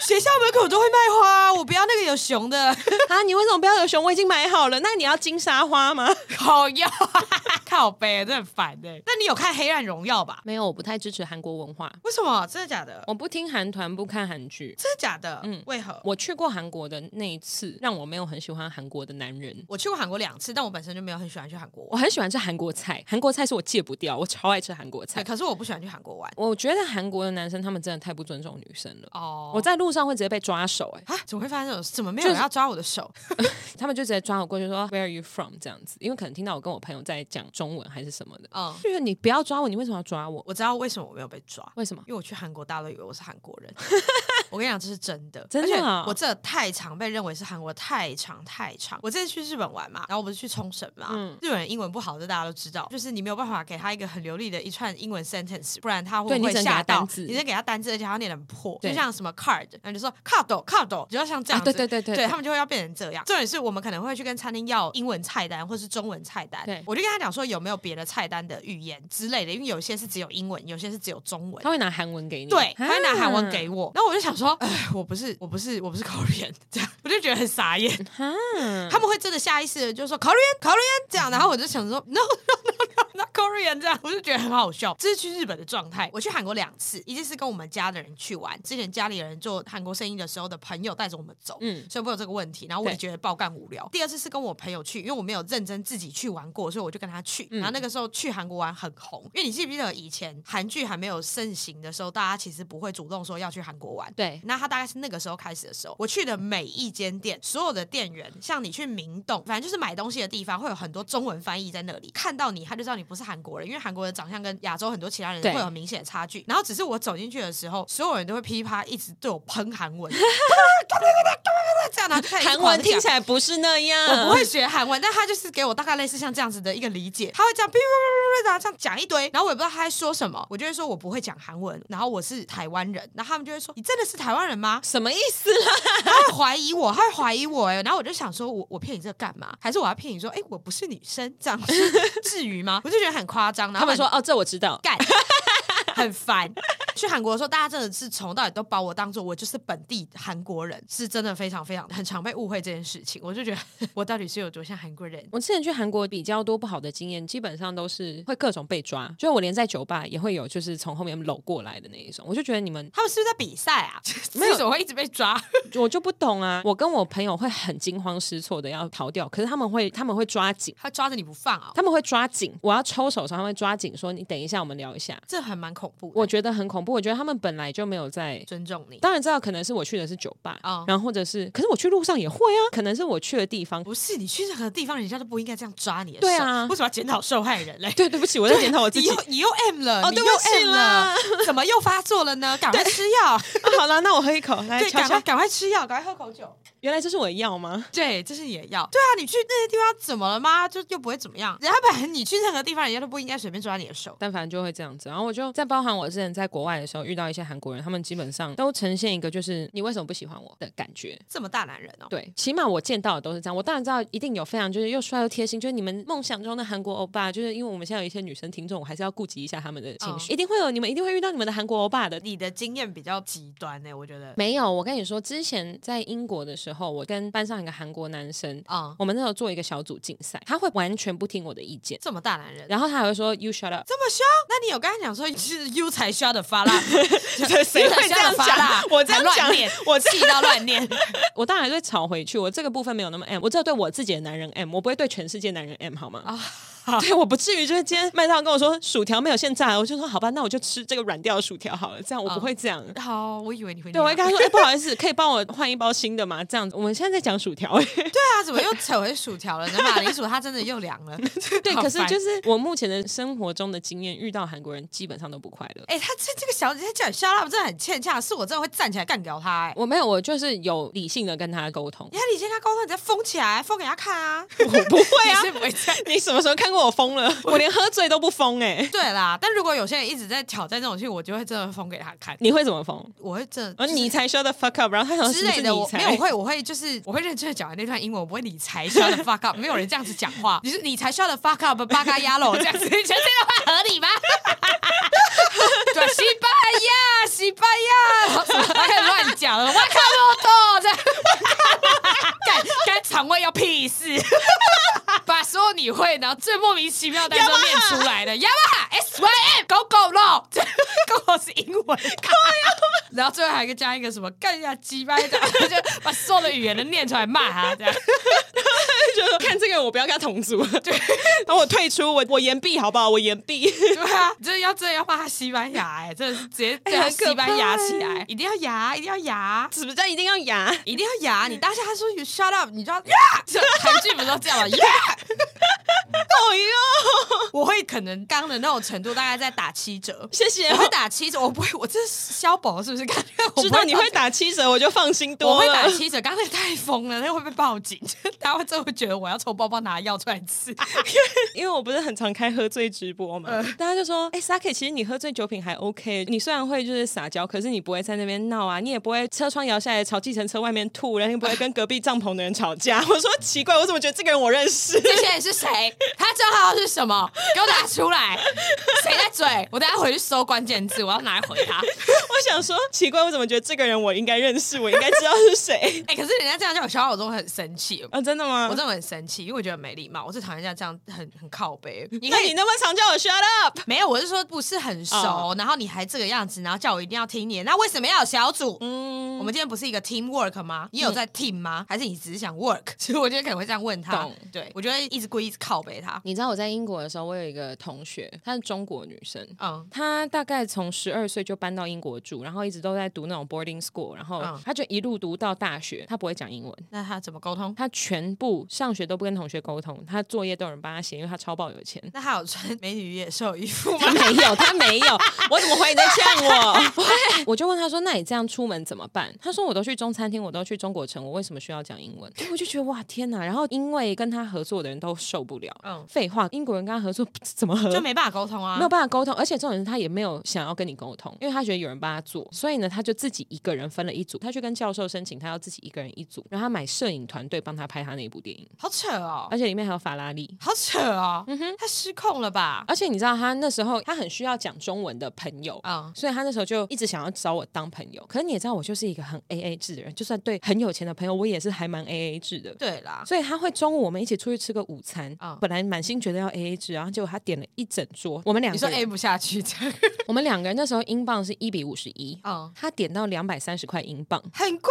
学校门口都会卖花，啊我不要那个有熊的，啊！你为什么不要有熊？我已经买好了。那你要金沙花吗？好要 靠背，这很烦欸的。那你有看《黑暗荣耀》吧？没有，我不太支持韩国文化，为什么？真的假的？我不听韩团，不看韩剧。真的假的？嗯嗯，为何？我去过韩国的那一次，让我没有很喜欢韩国的男人。我去过韩国两次，但我本身就没有很喜欢去韩国我玩。很喜欢吃韩国菜，韩国菜是我戒不掉，我超爱吃韩国 对，菜。可是我不喜欢去韩国玩。我觉得韩国的男生他们真的太不尊重女生了。哦，我在路上会直接被抓手、哎，啊，怎么会发生这种事？怎么没有人要抓我的手？他们就直接抓我过去说 Where are you from 这样子，因为可能听到我跟我朋友在讲中文还是什么的，嗯，就是你不要抓我，你为什么要抓我？我知道为什么我没有被抓，为什么？因为我去韩国，大家都以为我是韩 国人。我跟你讲，这是真的，真的而且啊我这太常被认为是韩国，太常太常。我这次去日本玩嘛，然后我不是去冲绳嘛，嗯日本人英文不好，这大家都知道，就是你没有办法给他一个很流利的一串英文 sentence，不然他对会你会只能给他吓到。单字你只能给他单字，而且他念得很破，对就像什么 card，然后你就说 card card，就要像这样啊子。对对对对对，对他们就会要变成这样。重点是我们可能会去跟餐厅要英文菜单或是中文菜单对，我就跟他讲说有没有别的菜单的语言之类的，因为有些是只有英文，有些是只有中文他。会拿韩文给你，啊嗯对，他会拿韩文 我。给我，然后我就想说，哎，我不是，我不是，我不是 Korean，这样我就觉得很傻眼。嗯他们会真的下意识的就说 Korean Korean 这样，然后我就想说 No No No No Not Korean 这样，我就觉得很好笑。这是去日本的状态。我去韩国两次，一次是跟我们家的人去玩，之前家里人做韩国生意的时候的朋友带着我们走，嗯嗯，所以我有这个问题，然后我也对觉得爆干无聊。第二次是跟我朋友去，因为我没有认真自己去玩过，所以我就跟他去。嗯然后那个时候去韩国玩很红，因为你记不记得以前韩剧还没有盛行的时候，大家其实不会主动说要去韩国玩，对，那他大概是那个时候开始的时候，我去的每一间店，所有的店员，像你去明洞，反正就是买东西的地方，会有很多中文翻译在那里，看到你他就知道你不是韩国人，因为韩国人长相跟亚洲很多其他人对会有明显的差距。然后只是我走进去的时候，所有人都会噼啪一直对我喷韩 文，这样然后就开始韩文听起来。来嗯不是那样，我不会学韩文，但他就是给我大概类似像这样子的一个理解，他会这样哔哔哔哔哔，然后这样讲一堆，然后我也不知道他在说什么，我就会说我不会讲韩文，然后我是台湾人，然后他们就会说你真的是台湾人吗？什么意思啦？他会怀疑我，他会怀疑我哎、然后我就想说我，我骗你这个干嘛？还是我要骗你说，哎、我不是女生，这样至于吗？ 我就觉得很夸张。然 他后们说哦，这我知道，干，很烦。去韩国的时候，大家真的是从头到尾都把我当做我就是本地韩国人，是真的非常非常很常被误会这件事情。我就觉得 我到底是有多像韩国人？我之前去韩国比较多不好的经验，基本上都是会各种被抓，就我连在酒吧也会有，就是从后面搂过来的那一种。我就觉得你们，他们是不是在比赛啊？ 没有为什么会一直被抓？我就不懂啊。我跟我朋友会很惊慌失措的要逃掉，可是他们会他们会抓紧，他抓着你不放啊、他们会抓紧，我要抽手的时候他们会抓紧，说你等一下，我们聊一下。这很蛮恐怖的。我觉得很恐怖，我觉得他们本来就没有在尊重你。当然知道，可能是我去的是酒吧，哦然后或者是，可是我去路上也会啊，可能是我去的地方。 不是你去任何地方，人家都不应该这样抓你的手。对啊为什么要检讨受害人嘞？对，对不起，我在检讨我自你 己。又你又 M 了，哦你对又不起 M 了啦， 怎么又发作了呢？赶快吃药，哎啊好了，那我喝一口，来对，瞧赶快瞧。赶快吃药，赶快喝口酒。 原来这是我的药吗？对，这是你的药。对啊，你去那些地方怎么了吗？就又不会怎么样。人家本来你去任何地方，人家都不应该随便抓你的手。但反正就会这样子。然后我就在包含我之前在国外的时候遇到一些韩国人，他们基本上都呈现一个就是你为什么不喜欢我的感觉。这么大男人哦，对，起码我见到的都是这样。我当然知道一定有非常就是又帅又贴心，就是你们梦想中的韩国欧巴。就是因为我们现在有一些女生听众，我还是要顾及一下他们的情绪，一定会有你们一定会遇到你们的韩国欧巴的。你的经验比较极端呢、我觉得。没有，我跟你说，之前在英国的时候，我跟班上一个韩国男生，啊、我们那时候做一个小组竞赛，他会完全不听我的意见，这么大男人，然后他还会说 “you shut up”。这么凶？那你有跟他讲说你是 U 才需要的发 辣，谁会 这样讲？我这样讲乱念，，我这气到乱念。我当然会吵回去。我这个部分没有那么 M，我只有对我自己的男人 M，我不会对全世界男人 M 好吗？啊 对，我不至于就是今天麦当劳跟我说薯条没有现炸，我就说好吧，那我就吃这个软掉的薯条好了。这样我不会这样。 好，我以啊为你会念。对，我会跟他说，哎、不好意思，可以帮我换一包新的吗？这样子，我们现在在讲薯 条、哎对啊，怎么又扯回薯条了呢？马铃薯它真的又凉了。 对，好可是烦就是我目前的生活中的经验，遇到韩国人基本上都不快乐。哎、他这这个小姐姐叫你 shut up 真的很欠呛，是我真的会站起来干掉他、哎，我没有，我就是有理性的跟他沟通你。看你先跟他沟通，你再封起来，封给他看啊。我不会啊 你，是不会这样。你什么时候看过我疯了？我连喝醉都不疯哎、对啦，但如果有些人一直在挑战这种事情，我就会真的封给他看，你会怎么疯？我会真的而你才 shut the fuck up，然后他想之类的，你我才没有，我会我会就是我会认真的讲完那段英文，我不会理财 shut the fuck up，没有人这样子讲话，你是你才 shut the fuck up，八嘎呀喽这样子，你觉得这段话合理吗？ 对，西班牙，西班牙，然后什么开始乱讲了，我看不懂，这样干干肠胃要屁事，把所有你会然后最莫名其妙的单词都念出来的，雅马哈 S Y M 狗狗肉，这狗狗是英文， 然后最后还跟加一个什么干一下鸡巴的，就把所有的语言都念出来骂他这样。 就说看这个，我不要跟他同组。对， 然后我退出，我我言毕好不好？我言 毕。对啊，这要真的要骂他西班牙哎、真的是直接对他很可怕欸西班牙起来，一定要牙，一定要牙。什么叫一定要牙？一定要牙！你当下他说 “you shut up”，你知 道呀？这韩剧不是都这样吗？啊呀！哦哟，我会可能刚的那种程度，大概在打七折。谢谢我。会打七折，我不会，我这是消保是不是？感觉我不哎知道你会打七折，我就放心我多会了。打七折，刚才太疯了，那会被报警， 大家会真的会觉得我要从包包拿药出来吃。 因为我不是很常开喝醉直播嘛，嗯大家就说：“哎、s a k e 其实你喝醉酒品还 OK，你虽然会就是撒娇，可是你不会在那边闹啊，你也不会车窗摇下来朝计程车外面吐，然后你不会跟隔壁帐篷的人吵架。”我说：“奇怪，我怎么觉得这个人我认识？” 这些人是谁？他账号是什么？给我拿出来！谁在嘴？我等下回去搜关键字，我要拿来回他。 我想说，奇怪，我怎么觉得这个人我应该认识，我应该知道是谁 哎、可是人家这样叫我小小，我都很生气。啊？真的吗我？真的很生气，因为我觉得没礼貌，我最讨厌人家这样很很靠背。你那看你那么常叫我 shut up，没有，我是说不是很熟，哦然后你还这个样子，然后叫我一定要听你，那为什么要有小组？嗯，我们今天不是一个 team work 吗？你有在 team 吗？还是你只是想 work？所 以我今天可能会这样问他懂。对，我就会一直故意一直靠背他。你知道我在英国的时候，我有一个同学，她是中国女生，嗯，她大概从十二岁就搬到英国住，然后一直都在读那种 boarding school，然后嗯她就一路读到大学，她不会讲英文。那他怎么沟通？。她全部上学都不跟同学沟通，她作业都有人帮她写，因为她超爆有钱那他有穿美女与野兽衣服吗她？没有，她没有，我怎么会你在呛我？ 不会我就问她说：“那你这样出门怎么办？”她说：“我都去中餐厅，我都去中国城，我为什么需要讲英文？”我就觉得哇天哪！然后因为跟她合作的人都受不了，嗯废话，英国人跟她合作 怎么合？就没办法沟通啊。没有办法沟通，而且重点是他也没有想要跟你沟通，因为他觉得有人帮他做，所以呢，他就自己一个人分了一组，他去跟教授申请，他要自己一个人一组，然后他买摄影团队帮他拍他那一部电影，好扯哦，而且里面还有法拉利。好扯哦，嗯哼，他失控了吧？而且你知道他那时候他很需要讲中文的朋友嗯所以他那时候就一直想要找我当朋友。可是你也知道，我就是一个很 A A 制的人，就算对很有钱的朋友，我也是还蛮 A A 制的。对啦，所以他会中午我们一起出去吃个午餐嗯本来满心觉得要 A A 制，然后结果他点了一整桌，我们两你个说人 A 不下去这样， 我们两个人那时候英镑是一比五十一，嗯，他点到两百三十块英镑，很贵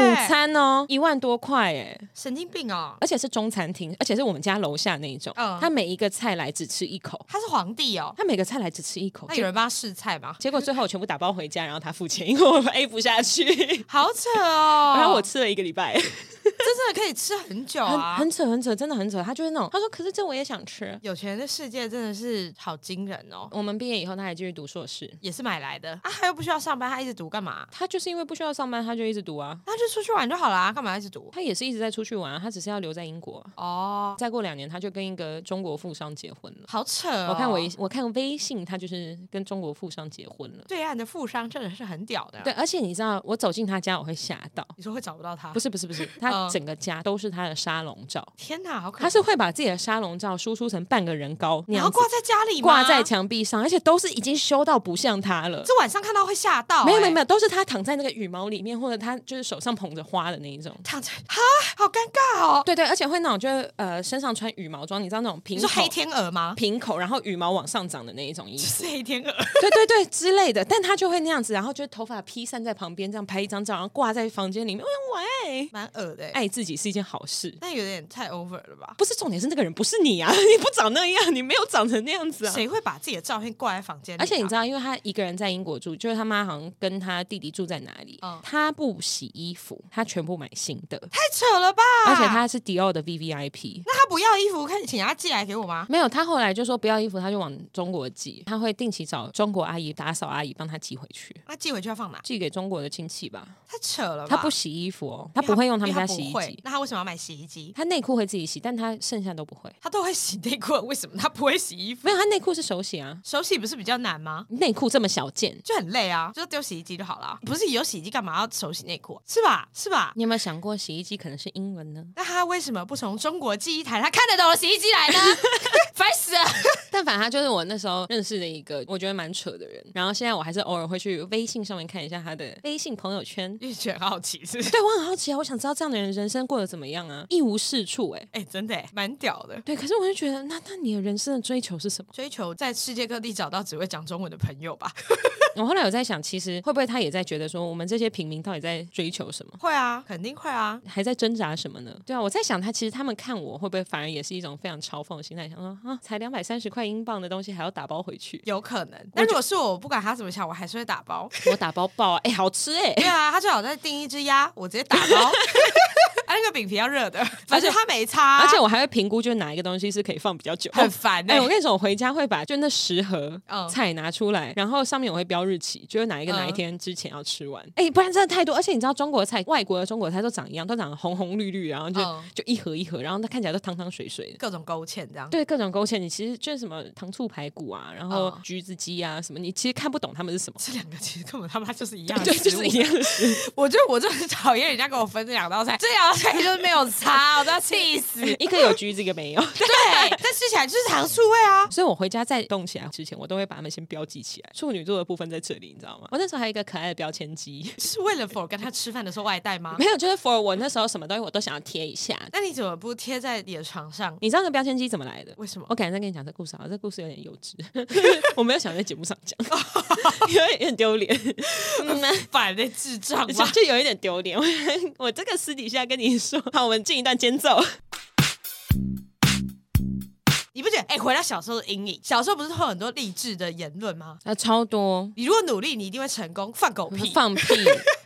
午餐哦，一万多块哎，神经病哦，而且是中餐厅，而且是我们家楼下那一种。嗯他每一个菜来只吃一口，他是皇帝哦，他每个菜来只吃一口那。有人帮他试菜 吗？结果最后我全部打包回家，然后他付钱，因为我 A 不下去。好扯哦，然后我吃了一个礼拜，真的可以吃很久很啊。很扯很扯，真的很扯。他就是那种，他说：“可是这我也想吃。有钱人的世界真的是好惊人”哦，我们毕业以后，他还继续读硕士。也是买来的啊，他又不需要上班，他一直读干嘛？他就是因为不需要上班，他就一直读啊。那就出去玩就好啦，干嘛一直读？他也是一直在出去玩啊，他只是要留在英国啊。哦，再过两年，他就跟一个中国富商结婚了。好扯哦！我看微我看微信，他就是跟中国富商结婚了。对啊岸的富商真的是很屌的。对，，而且你知道，我走进他家，我会吓到。你说会找不到他？不是，是不是不是，嗯他整个家都是他的沙龙照，天哪，好可怕！他是会把自己的沙龙照输出成半个人高那然后样子，挂在家里吗，挂在墙壁上，而且都是已经修到不像他了。这晚上看到会吓到、没有没哎有没有，都是他躺在那个羽毛里面，或者他就是手上捧着花的那一种。躺着，哈，好尴尬哦。对对，而且会那种就是呃身上穿羽毛装，你知道那种平你口说黑天鹅吗？ 平口，然后羽毛往上长的那一种衣服。是黑天鹅， 对对对之类的，但他就会那样子，然后就头发披散在旁边，这样拍一张照，然后挂在房间里面。哎呦喂，蛮恶的、哎，爱自己是一件好事。但有点太 over 了吧？不是重点是那个人不是你啊， 你不长那样，你没有长成那样子啊。谁会把自己的照片挂在房间里啊？而且你知道，因为他一个人在英国住，就是他妈好像跟他弟弟住在哪里，嗯他不洗衣服，他全部买新的，太扯了吧？ 而且他是迪奥的 V V I P。那他不要衣服，看请他寄来给我吗？没有，他后来就说不要衣服，他就往中国寄，他会定期找中国阿姨、打扫阿姨帮他寄回去，那寄回去要放哪？寄给中国的亲戚吧。太扯了吧？他不洗衣服哦，他不会用他们家洗衣因为他不会机，那他为什么要买洗衣机？他内裤会自己洗，但他剩下都不会。他都会洗内裤，为什么他不会洗衣服 没？有，他内裤是手洗啊，手洗不是比较难吗？内裤这么小件，就很累啊，就丢洗衣机就好了。不是有洗衣机干嘛要手洗内裤？是吧？是吧？你有没有想过洗衣机可能是英文呢？那他为什么不从中国寄一台他看得懂的洗衣机来 呢？烦死了！但反正他就是我那时候认识的一个我觉得蛮扯的人，然后现在我还是偶尔会去微信上面看一下他的微信朋友圈。玉泉好奇是不是？对我很好奇啊，我想知道这样的人人生过得怎么样啊，一无是处哎、哎、真的、哎，蛮屌的。？对，可是我就觉得，那那你的人生的追求是什么 追求在世界各地找到只会讲中文的朋友吧？我后来有在想，其实会不会他也在觉得说，我们这些平民到底在追求什么， 会啊，肯定会啊。还在挣扎什么呢？对啊，我在想他，其实他们看我会不会反而也是一种非常嘲讽的心态，想说啊，才两百三十块英镑的东西还要打包回去，有可能，但如果是我，我不管他怎么想，我还是会打包。我打包爆啊，哎、好吃哎、 对啊，他最好再订一只鸭，我直接打 包。啊，那个饼皮要热的，反正他没差，而且我还会评估，就是哪一个东西是可以放比较久。啊很烦哎、哎、我跟你说，我回家会把就那十盒嗯菜拿出来，然后上面我会标日期，就是哪一个嗯哪一天之前要吃完。哎、不然真的太多。而且你知道，中国的菜、外国的中国菜都长一样，都长得红红绿绿，然后就、嗯就一盒一盒，然后它看起来都汤汤水水的。各种勾芡这样。对各种勾芡，你其实就是什么糖醋排骨啊，然后嗯橘子鸡啊什么，你其实看不懂他们是什 么，这两个其实根本他妈就是一样的 对，食就物是一。样的食物。我觉得我就是讨厌人家给我分这两道菜，这两道菜 就是没有 差，我都要气死。一个有橘子，一个没有。对，但吃起来就是糖醋味啊。 所以我回家再动起来之前，我都会把它们先标记起来。处女座的部分在这里，你知道吗？我那时候还有一个可爱的标签机，是为了否跟他吃饭的时候外带吗？没有，就是 for 我那时候什么东西我都想要贴一下。那你怎么不贴在你的床上？你知道那标签机怎么来的？为什么我改天再跟你讲这故事啊，这故事有点幼稚， 我没有想在节目上 讲，有点有点丢脸，嗯 啊 反的智障就吗？就有一点丢脸。我 我这个私底下跟你说， 好，我们进一段间奏。你 不觉得？哎、回到小时候的阴影，小时候不是会有很多励志的言论吗？啊，超多你如果努力，你一定会成功。放狗屁！ 放屁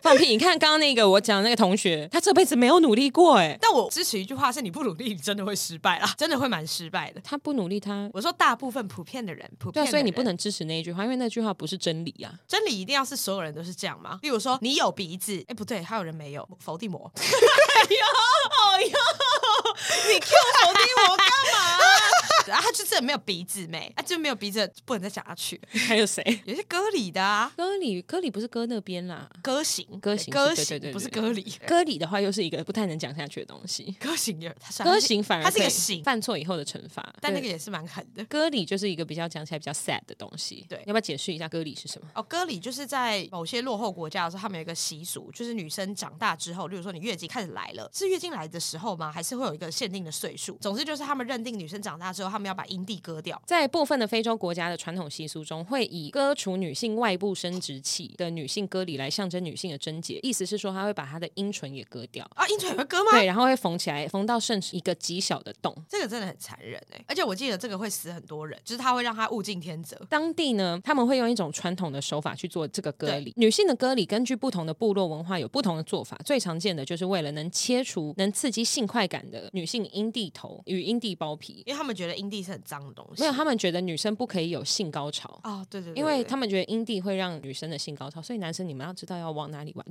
放屁！你看刚刚那个我讲的那个同学，他这辈子没有努力过，哎，但我支持一句话是：你不努力，你真的会失败啦，真的会蛮失败的。他不努力，他我说大部分普遍的人，普遍对的啊，人所以你不能支持那一句话，因为那句话不是真理啊。真理一定要是所有人都是这样吗？例如说你有鼻子，哎不对，还有人没有，伏地魔。 哦哟，你 Q 伏地魔干嘛？然后啊他就真的没有鼻子没，啊就没有鼻子不能再讲下去。 还有谁？有些歌里的啊，歌里歌里不是歌那边啦，歌行歌行歌是对对行对对不是对歌里，歌里的话又是一个不太能讲下去的东西。 歌行也他算歌，行反而它是一个会行犯错以后的惩罚，但那对个也是蛮狠的。歌里就是一个比较讲起来比较 sad 的东西。对要不要解释一下歌里是什么？哦，歌里就是在某些落后国家的时候，他们有一个习俗，就是女生长大之后，例如说你月经开始来了，是月经来的时候吗？还是会有一个限定的岁数？总之就是他们认定女生长大之后，他他们要把阴蒂割掉。在部分的非洲国家的传统习俗中，会以割除女性外部生殖器的女性割礼来象征女性的贞洁，意思是说她会把她的阴唇也割掉，啊，阴唇也会割吗？对，然后会缝起来，缝到剩一个极小的洞。这个真的很残忍哎、而且我记得这个会死很多人，就是他会让他物竞天择。当地呢，他们会用一种传统的手法去做这个割礼。女性的割礼根据不同的部落文化有不同的做法，最常见的就是为了能切除能刺激性快感的女性阴蒂头与阴蒂包皮。因为他们觉得阴蒂是很脏的东西。没有，他们觉得女生不可以有性高潮。哦，对对对因为对他们觉得阴蒂会让女生的性高潮，所以男生你们要知道要往哪里玩。。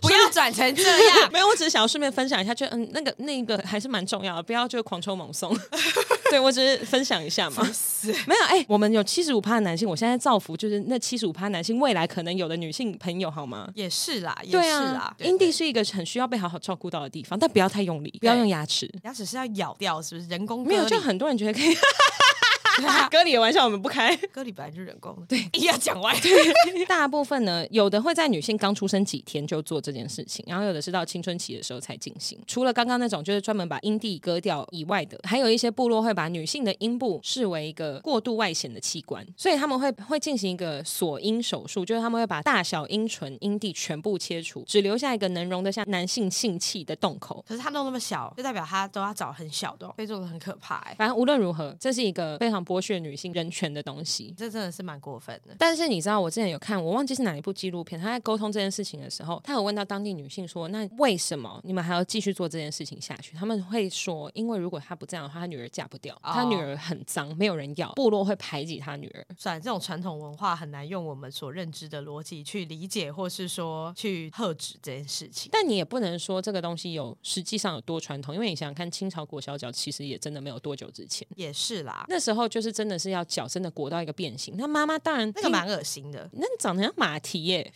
不要转成这样 没有，我只是想要顺便分享一下，就嗯，那个那个还是蛮重要的，不要就狂抽猛送。 对我只是分享一下嘛， 没有哎、我们有七十五趴的男性，我现在造福就是那七十五趴男性未来可能有的女性朋友好吗？也是啦，也对是啦啊，，对阴蒂对是一个很需要被好好照顾到的地方，但不要太用力，不要用牙齿。牙齿是要咬掉，是不是？人工没有，割就礼很多人觉得可以。 啊割你的玩笑我们不开，割礼本来就是人工的，对，硬要讲歪。 大部分呢，有的会在女性刚出生几天就做这件事情，然后有的是到青春期的时候才进行。除了刚刚那种就是专门把阴蒂割掉以外的，还有一些部落会把女性的阴部视为一个过度外显的器官，所以他们会会进行一个锁阴手术，就是他们会把大小阴唇、阴蒂全部切除，只留下一个能容得下男性性器的洞口。可是他弄那么小，就代表他都要找很小的哦，被做的很可怕哎、反正无论如何，这是一个非常剥削女性人权的东西。这真的是蛮过分的。但是你知道，我之前有看，我忘记是哪一部纪录片，他在沟通这件事情的时候，他有问到当地女性说：“那为什么你们还要继续做这件事情下去？”他们会说：“因为如果他不这样的话，他女儿嫁不掉，他哦女儿很脏，没有人要，部落会排挤他女儿。算了，这种传统文化很难用我们所认知的逻辑去理解，或是说去喝止这件事情”。但你也不能说这个东西有实际上有多传统，因为你想想看，清朝裹小脚其实也真的没有多久之前，也是啦，那时候就是真的是要脚真的裹到一个变形。那妈妈当然那个蛮恶心的。那长得像马蹄 耶，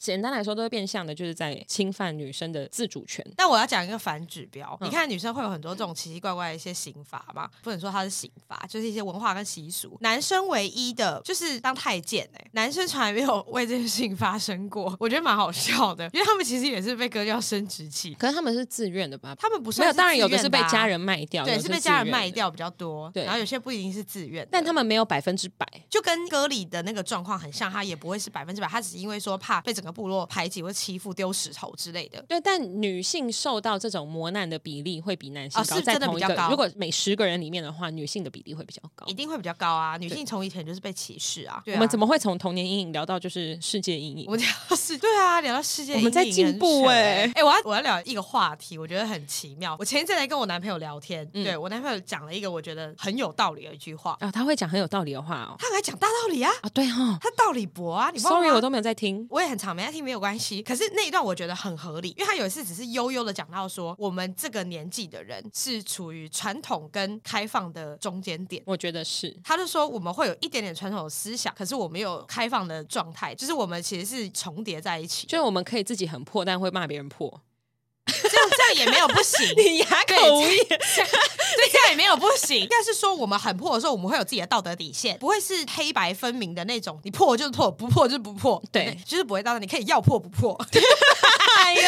简单来说都会变相的，就是在侵犯女生的自主权。但我要讲一个反指标，嗯你看女生会有很多这种奇奇怪怪的一些刑罚嘛，不能说它是刑罚，就是一些文化跟习俗。男生唯一的就是当太监哎、男生从来没有 为这件事情发生过，我觉得蛮好笑的，因为他们其实也是被割掉生殖器，可是他们是自愿的吧？他们不没算有，是当然有自的愿是的被啊家人卖掉，对，有的是是被家人自愿卖的，掉比较多，对然后有些不一定是自愿的，但他们没有百分之百。就跟割礼的那个状况很像，他也不会是百分之百，他只是因为说怕被整个部落排挤或欺负、丢石头之类的。对，但女性受到这种磨难的比例会比男性哦高，是在真的同一比较个高如果每十个人里面的话，女性的比例会比较高一。定会比较高啊！女性从以前就是被歧视啊。对啊我们怎么会从童年阴影聊到就是世界阴影我？们聊是对啊，聊到世界，我们在进步哎、欸哎、我要我要聊一个话题，我觉得很奇妙。我前一阵来跟我男朋友聊天，嗯对我男朋友讲了一个我觉得很有道理的一句话，啊，他会讲很有道理的话哦。他很爱讲大道理啊，啊，对哦他道理博啊，你忘了吗，sorry，我都没有在听。我也很常没在听，没有关系。可是那一段我觉得很合理，因为他有一次只是悠悠的讲到说，我们这个年纪的人是处于传统跟开放的中间点。我觉得是，他就说我们会有一点点传统的思想，可是我们有开放的状态，就是我们其实是重叠在一起，就是我们可以自己很破，但会骂别人破。 这样这样也没有不 行。你哑口无言。对，这样也没有不行。应该是说我们很破的时候，我们会有自己的道德底线，不会是黑白分明的那种。你破就是破，不破就是不破。对就是不会到那你可以要破不破， 哎呦，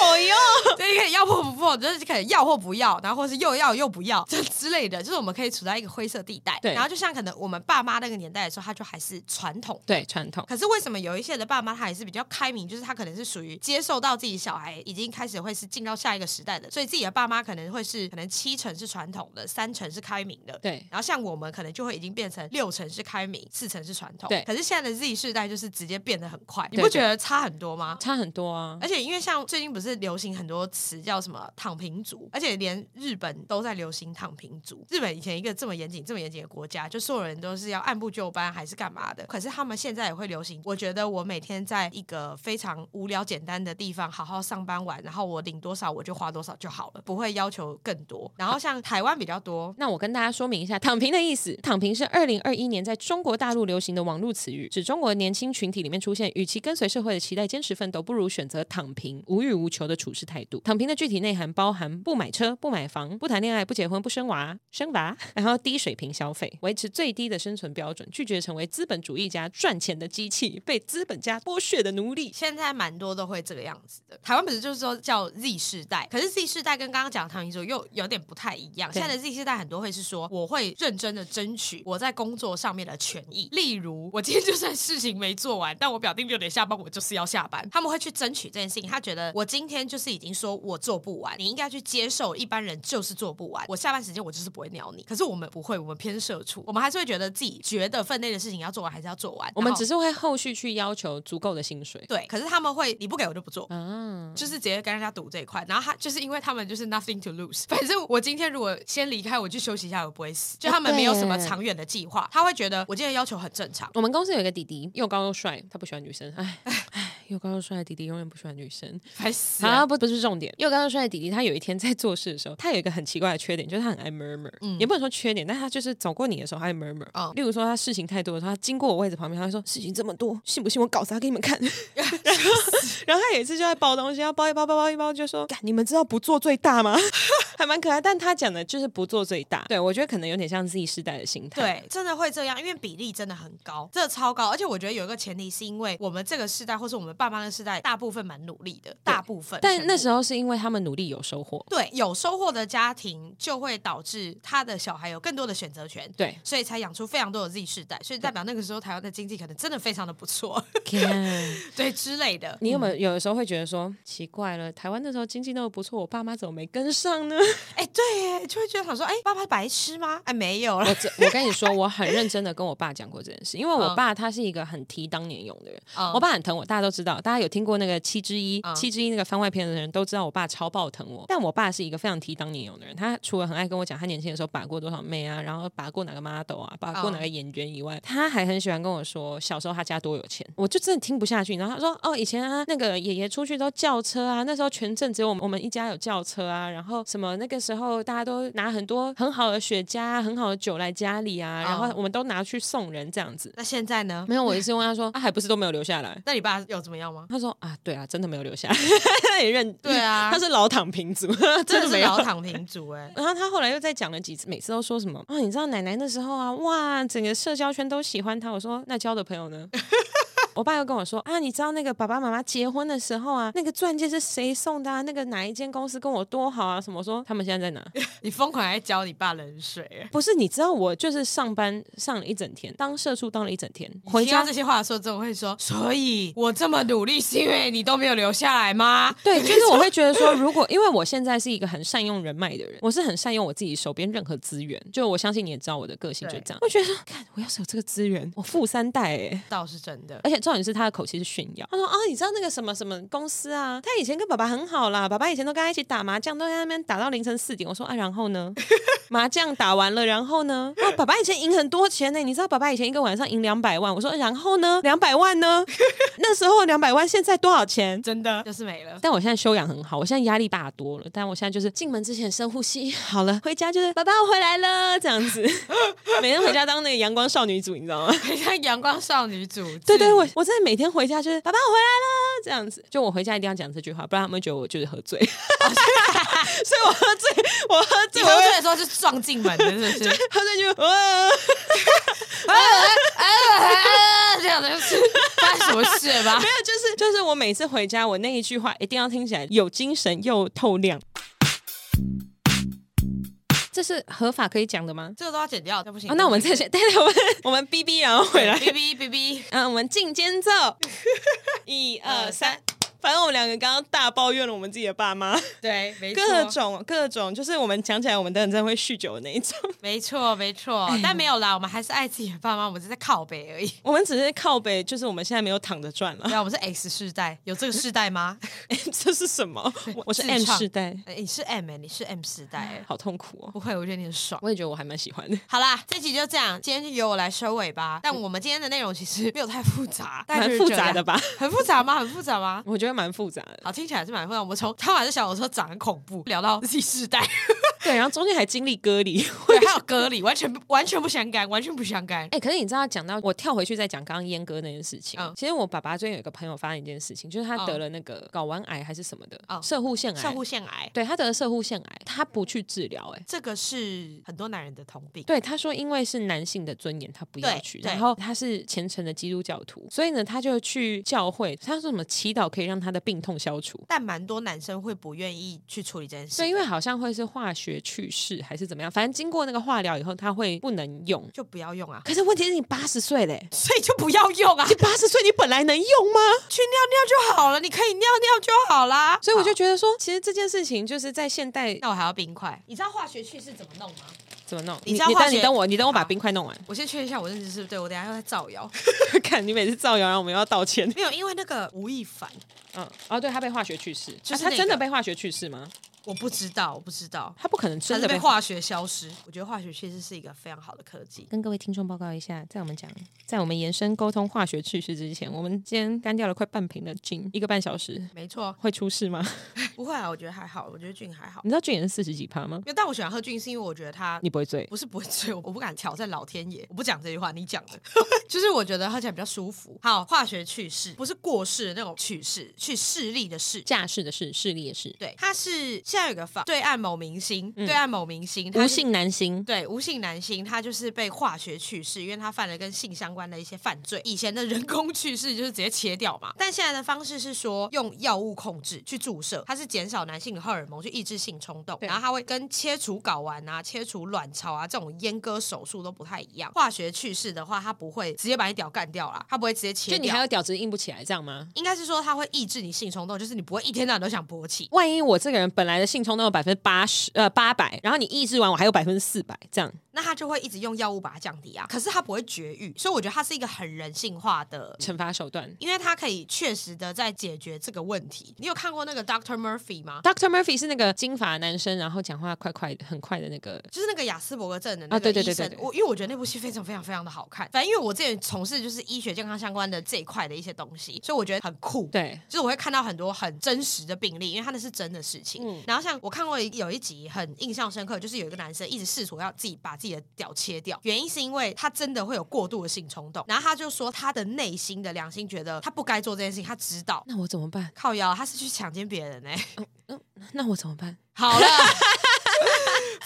哦呦，对，你可以要破不破，就是可以要或不要，然后或是又要又不要， 这之类的，就是我们可以处在一个灰色地带。对然后就像可能我们爸妈那个年代的时候，他就还是传统。对，传统。可是为什么有一些的爸妈他还是比较开明，就是他可能是属于接受到自己小孩已经开始会是进到下一个时代的，所以自己的爸妈可能会是可能七成是传统的，三成是开明的，对然后像我们可能就会已经变成六成是开明，四成是传统。对可是现在的 Z 世代就是直接变得很快，你对不觉得差很多吗？差很多啊而！且因为像最近不是流行很多词叫什么“躺平族”，而且连日本都在流行“躺平族”。日本以前一个这么严谨、这么严谨的国家，就所有人都是要按部就班还是干嘛的，可是他们现在也会流行。我觉得我每天在一个非常无聊、简单的地方好好上班玩，然后我领多少我就花多少就好了，不会要求更多。然后像台湾比较多，那我跟大家说明一下“躺平”的意思。“躺平”是二零二一年在中国大陆流行的网络词语，指中国年轻群体里面出现，与其跟随社会的期待坚持奋斗，不如选择躺平，无欲无求的处事态度。躺平的具体内涵包含不买车、不买房、不谈恋爱、不结婚、不生娃、生娃，然后低水平消费，维持最低的生存标准，拒绝成为资本主义家赚钱的机器，被资本家剥削的奴隶。现在蛮多都会这个样子的。台湾不是就是说叫 Z 世代，可是 Z 世代跟刚刚讲的唐一说又有点不太一样。对现在的 Z 世代很多会是说，我会认真的争取我在工作上面的权益，例如我今天就算事情没做完，但我表定六点下班，我就是要下班。他们会去争取这件事情，他觉得我今天就是已经说我做不完，你应该去接受一般人就是做不完。我下班时间我就是不会鸟你，可是我们不会，我们偏社畜，我们还是会觉得自己觉得分内的事情要做完还是要做完。我们然后只是会后续去要求足够的薪水对，可是他们会你不给我就不做，啊。就是直接跟人家赌这一块。然后他就是因为他们就是 nothing to lose，反正我今天如果先离开，我去休息一下，我不会死。就他们对没有哦什么耶长远的计划，他会觉得我今天要求很正常。我们公司有一个弟弟，又高又帅，他不喜欢女生，唉唉，又高又帅的弟弟永远不喜欢女生。烦死啊，了！不不是重点。又高又帅的弟弟，他有一天在做事的时候，他有一个很奇怪的缺点，就是他很爱 murmur，、也不能说缺点，但他就是走过你的时候，他会 murmur。哦例如说他事情太多的时候，他经过我位置旁边，他会说事情这么多，信不信我搞砸给你们看？然后然后他有一次就在包东西，要包一包包包一包，就说干你们知道不做最大吗？ 还蛮可爱，但他讲的就是不做最大。对我觉得可能有点像 Z 世代的心态。对，真的会这样，因为比例真的很高，真的超高。而且我觉得有一个前提，是因为我们这个世代，或是我们爸妈的世代，大部分蛮努力的，大部分。但那时候。候是因为他们努力有收获。对，有收获的家庭就会导致他的小孩有更多的选择权，对所以才养出非常多的 Z 世代，所以代表那个时候台湾的经济可能真的非常的不错， 看对之类的。你有没有有的时候会觉得说奇怪了？台湾那时候经济那么不错，我爸妈怎么没跟上呢？哎、对耶，就会觉得想说，哎、爸爸白痴吗？哎，没有了 我，这我跟你说，我很认真的跟我爸讲过这件事，因为我爸他是一个很提当年勇的人，嗯我爸很疼我，大家都知道，大家有听过那个七之一、嗯七之一那个番外篇的人都知道我爸超爆疼我，但我爸是一个非常提当年勇的人，他除了很爱跟我讲他年轻的时候把过多少妹啊，然后把过哪个 model 啊，把过嗯哪个演员以外，他还很喜欢跟我说小时候他家多有钱，我就真的听不下去。然后他说哦，以前啊那个爷爷出去都轿车啊，那时候全镇只有我们我们一家有轿车啊，然后什么那个时候大家都拿很多很好的雪茄、啊、很好的酒来家里啊，然后嗯我们都拿去送人这样子。那现在呢？没有，我一直问他说，啊，还不是都没有留下来。那你爸有怎么样吗？他说啊，对啊，真的没有留下来，他 也认对啊他是老躺 平族， 真的没是有老躺平族哎、然后他后来又再讲了几次，每次都说什么啊、你知道奶奶那时候啊，哇，整个社交圈都喜欢她。我说那交的朋友呢？ 我爸又跟我说啊，你知道那个爸爸妈妈结婚的时候啊，那个钻戒是谁送的啊？那个哪一间公司跟我多好啊？什么？我说他们现在在哪？ 你疯狂在浇你爸冷水、哎不是，你知道我就是上班上了一整天，当社畜当了一整天，回你听到家这些话的时候，总会说，所以我这么努力是因为你都没有留下来吗？对，就是我会觉得说，如果因为我现在是一个很善用人脉的人，我是很善用我自己手边任何资源。就我相信你也知道我的个性就对这样，我觉得说，看我要是有这个资源，我富三代哎、倒是真的。而且重点是他的口气是炫耀，他说啊，你知道那个什么什么公司啊，他以前跟爸爸很好啦，爸爸以前都跟他一起打麻将，都在那边打到凌晨四点。我说啊，然后呢， 麻将打完了，然后呢，哦，爸爸以前赢很多钱呢、你知道爸爸以前一个晚上赢两百万，我说然后呢，两百万呢， 那时候两百万现在多少钱？ 真的就是没了， 但我现在修养很好，我现在压力大多了。但我现在就是进门之前深呼吸， 好了，回家就是爸爸我回来了这样子。 每天回家当那个阳光少女组，你知道吗？ 很像阳光少女组。对对，我我真的每天回家就是爸爸我回来了这样子，就我回家一定要讲这句话，不然他们会觉得我就是喝醉。 哦啊所以我喝醉，我喝你醉，喝我醉会的时候是撞进门的，是不是？喝醉就呃哇，啊这样的是发生什么事了吧 没？有，就是就是我每次回家，我那一句话一定要听起来有精神又透亮。这是合法可以讲的吗？这个都要剪掉，这不行。啊，那我们再先，对对，我们我们 B B 然后回来，哔哔哔哔， 嗯，我们进间 奏，一二三。反正我们两个刚刚大抱怨了我们自己的爸妈，对，没错，各种各种，就是我们讲起来，我们等真的会酗酒的那一种。没错，没错，但没有啦，我们还是爱自己的爸妈，我们只是在靠北而已。我们只是靠北，就是我们现在没有躺着赚了。 对啊，我们是 X 世代，有这个世代吗？这是什么？我我是自 M 创世代，哎你是 M，、欸、你是 M 世代、欸，好痛苦哦。不会，我觉得你很爽。我也觉得我还 蛮喜欢的。好啦，这集就这样，今天就由我来收尾吧。但我们今天的内容其实没有太复杂，大概蛮就是复这杂样 的吧？很复杂吗？很复杂吗？我觉得得蛮复杂的。好，听起来是蛮复杂。我们从他还是小火车长很恐怖，聊到 Z 世代， 对，然后中间还经历隔离。对，还有隔离，完全不完全不相干，完全不相干。哎、可是你知道，讲到我跳回去再讲刚刚阉割那件事情、嗯其实我爸爸最近有一个朋友发现一件事情，就是他嗯得了那个睾丸癌还是什么的，嗯射护腺癌。射护腺癌，对他得了射护腺癌，他不去治疗、哎。这个是很多男人的通病。对，他说因为是男性的尊严，他不要对去。对然后他是虔诚的基督教徒，所以呢，他就去教会，他说什么祈祷可以让他的病痛消除。但蛮多男生会不愿意去处理这件事，对，因为好像会是化学去世还是怎么样，反正经过那个化疗以后，他会不能用。就不要用啊，可是问题是你八十岁嘞，所以就不要用啊，你八十岁你本来能用吗？去尿尿就好了，你可以尿尿就好啦。所以我就好觉得说，其实这件事情就是在现代那我还要冰块，你知道化学去是怎么弄吗？怎么弄？你你知道你化等你学等我，你等我把好冰块弄完。 我先确认一下我认知是不是对，我等一下要再造谣。看你每次造谣，然后我们又要道歉。没有，因为那个吴亦凡，嗯，哦，对，他被化学去世，就是啊、他那真的个被化学去世吗？我不知道，我不知道，他不可能他真是的被被化学消失。我觉得化学确实是一个非常好的科技。跟各位听众报告一下，在我们讲，在我们延伸沟通化学去世之前，我们今天干掉了快半瓶的菌，一个半小时，没错，会出事吗？ 不会啊，我觉得还好，我觉得俊还好。你知道菌也是四十几趴吗因？为但我喜欢喝俊，是因为我觉得他你不会醉，不是不会醉，我不敢挑战老天爷，我不讲这句话，你讲的， 就是我觉得喝起来比较舒服。好，化学去世不是过世的那种去世，去势力的势。架势的势，势力的势，对，他是现在有个访对岸某明星，对岸某明星，他是无性男星。对无性男星，他就是被化学去世，因为他犯了跟性相关的一些犯罪。以前的人工去世就是直接切掉嘛，但现在的方式是说用药物控制去注射，它是减少男性的荷尔蒙去抑制性冲动，对然后它会跟切除睾丸啊、切除卵巢啊这种阉割手术都不太一样。化学去世的话，它不会直接把你屌干掉啦，它不会直接切就掉。你还有屌值硬不起来这样吗？应该是说它会抑制你性冲动，就是你不会一天到晚都想勃起。万一我这个人本来的性冲动有百分之八十，呃，八百，然后你抑制完我还有百分之四百，这样那他就会一直用药物把它降低啊。可是他不会绝育，所以我觉得它是一个很人性化的。惩罚手段。因为它可以确实的在解决这个问题。你有看过那个 Doctor Murphy 吗？ Doctor Murphy 是那个金发男生，然后讲话快快的，很快的那个就是那个雅斯伯格症的那啊对个对医对生，对对我因为我觉得那部戏非常非常非常的好看。反正因为我之前从事就是医学健康相关的这一块的一些东西，所以我觉得很酷。对。就是我会看到很多很真实的病例，因为它那是真的事情。嗯然后像我看过有一集很印象深刻，就是有一个男生一直试图要自己把自己的屌切掉，原因是因为他真的会有过度的性冲动。然后他就说他的内心的良心觉得他不该做这件事情，他知道。那我怎么办？靠腰，他是去强奸别人呢、那我怎么办？ 好了。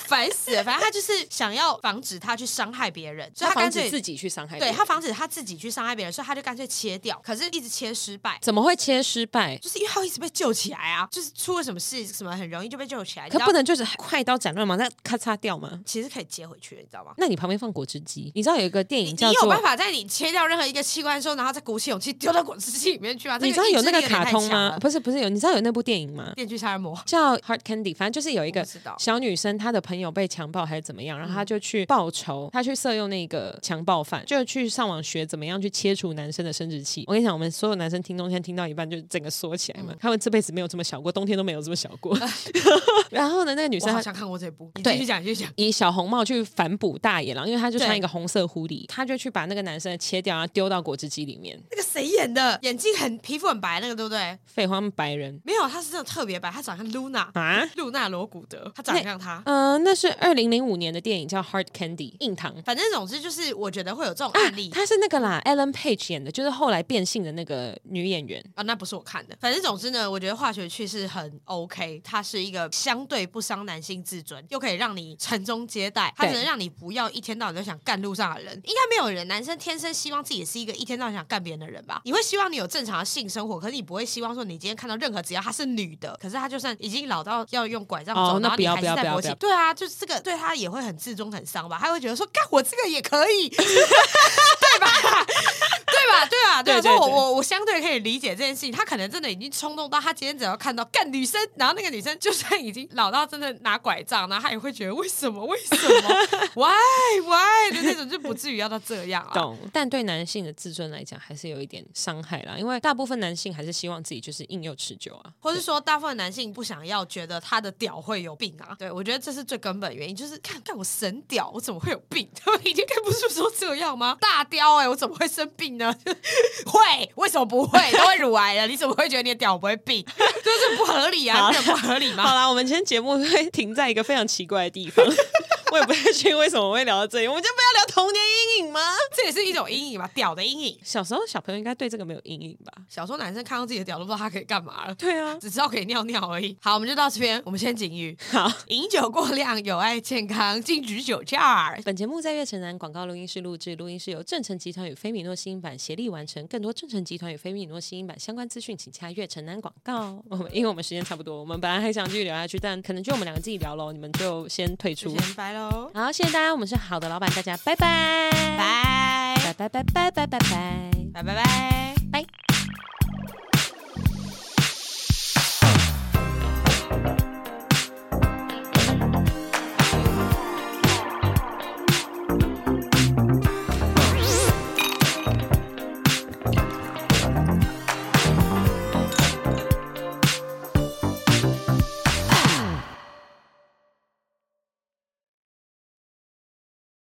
烦死了！反正他就是想要防止他去伤害别人，所以他他防干止脆自己去伤害别对人，他防止他自己去伤害别人，所以他就干脆切掉。可是一直切失败，怎么会切失败？就是因为他一直被救起来啊，就是出了什么事什么很容易就被救起来。可哎你知道不能就是快刀斩乱麻，那咔嚓掉吗？其实可以接回去的，你知道吗？那你旁边放果汁机，你知道有一个电你影你叫有做办法在你切掉任何一个器官的时候，然后再鼓起勇气丢到果汁机里面去吗？你这知道有那个意志力点卡太通强吗？了不是不是有，你知道有那部电影吗？电锯杀人魔，叫 Hard Candy，反正就是有一个我不知道嗯小女生，她的朋友被强暴还是怎么样，然后她就去报仇，她去色诱那个强暴犯，就去上网学怎么样去切除男生的生殖器。我跟你讲，我们所有男生听众现在听到一半就整个缩起来嘛，嗯他们这辈子没有这么小过，冬天都没有这么小 过。然后呢，那个女我生好她像看过这部。你对继续讲，继续讲。以小红帽去反哺大野狼，因为他就穿对一个红色狐狸，他就去把那个男生的切掉，然后丢到果汁机里面。那个谁演的？眼睛很皮肤很白，那个对不对？废话，他们白人没有，他是真的特别白，他长得像 Luna，啊， 露娜罗古德，他长得像他。嗯、那是二零零五年的电影叫《Hard Candy》硬糖反正总之就是，我觉得会有这种啊案例，她是那个啦，Ellen Page 演的，就是后来变性的那个女演员。啊，那不是我看的。反正总之呢，我觉得化学去是很 OK，它是一个相对不伤男性自尊，又可以让你传宗接代，它对只能让你不要一天到晚都想干路上的人。应该没有人男生天生希望自己是一个一天到晚想干别人的人吧？你会希望你有正常的性生活，可是你不会希望说你今天看到任何只要她是女的，可是她就算已经老到要用拐杖哦走，那然后不你要还不是要在不要勃不起要，对啊，就是这个对她也会很自尊很伤吧？她会觉得说，干我这个也可以， 对吧？对啊吧？对吧？对对所以我对我我相对可以理解这件事情，他可能真的已经冲动到他今天只要看到干女生，然后那个女生就算已经老到真的拿拐杖，然后他也会觉得为什么为什 么 why why 就那种就不至于要到这样啊。懂，但对男性的自尊来讲，还是有一点伤害啦，因为大部分男性还是希望自己就是硬又持久啊。或是说，大部分男性不想要觉得他的屌会有病啊？对我觉得这是最根本原因，就是看看我 神屌，我怎么会有病？他们已经看不出说这样吗？大雕哎、我怎么会生病呢？ 会，为什么不会？都会乳癌了，你怎么会觉得你的屌不会病？ 就是不合理啊，好这不合理 好吗？啦，我们今天节目会停在一个非常奇怪的地 方，我也不太确定为什么会聊到这里。我们就不要聊童年阴影吗？这也是一种阴影吧，屌的阴影。小时候小朋友应该对这个没有阴影吧？小时候男生看到自己的屌都不知道他可以干嘛了，对啊，只知道可以尿尿而已。好，我们就到这边，我们先警语：好。饮酒过量有碍健康，禁止酒驾。本节目在月城南广告录音室录制，录音室由正成集团与菲米诺新音版协力完成。更多正成集团与菲米诺新音版相关资讯，请洽月城南广告。 我们因为我们时间差不多，我们本来还想继续聊下去，但可能就我们两个自己聊喽，你们就先退就出。先拜喽，好，谢谢大家，我们是好的老板，大家拜拜，拜拜拜拜拜拜拜拜。拜拜拜。拜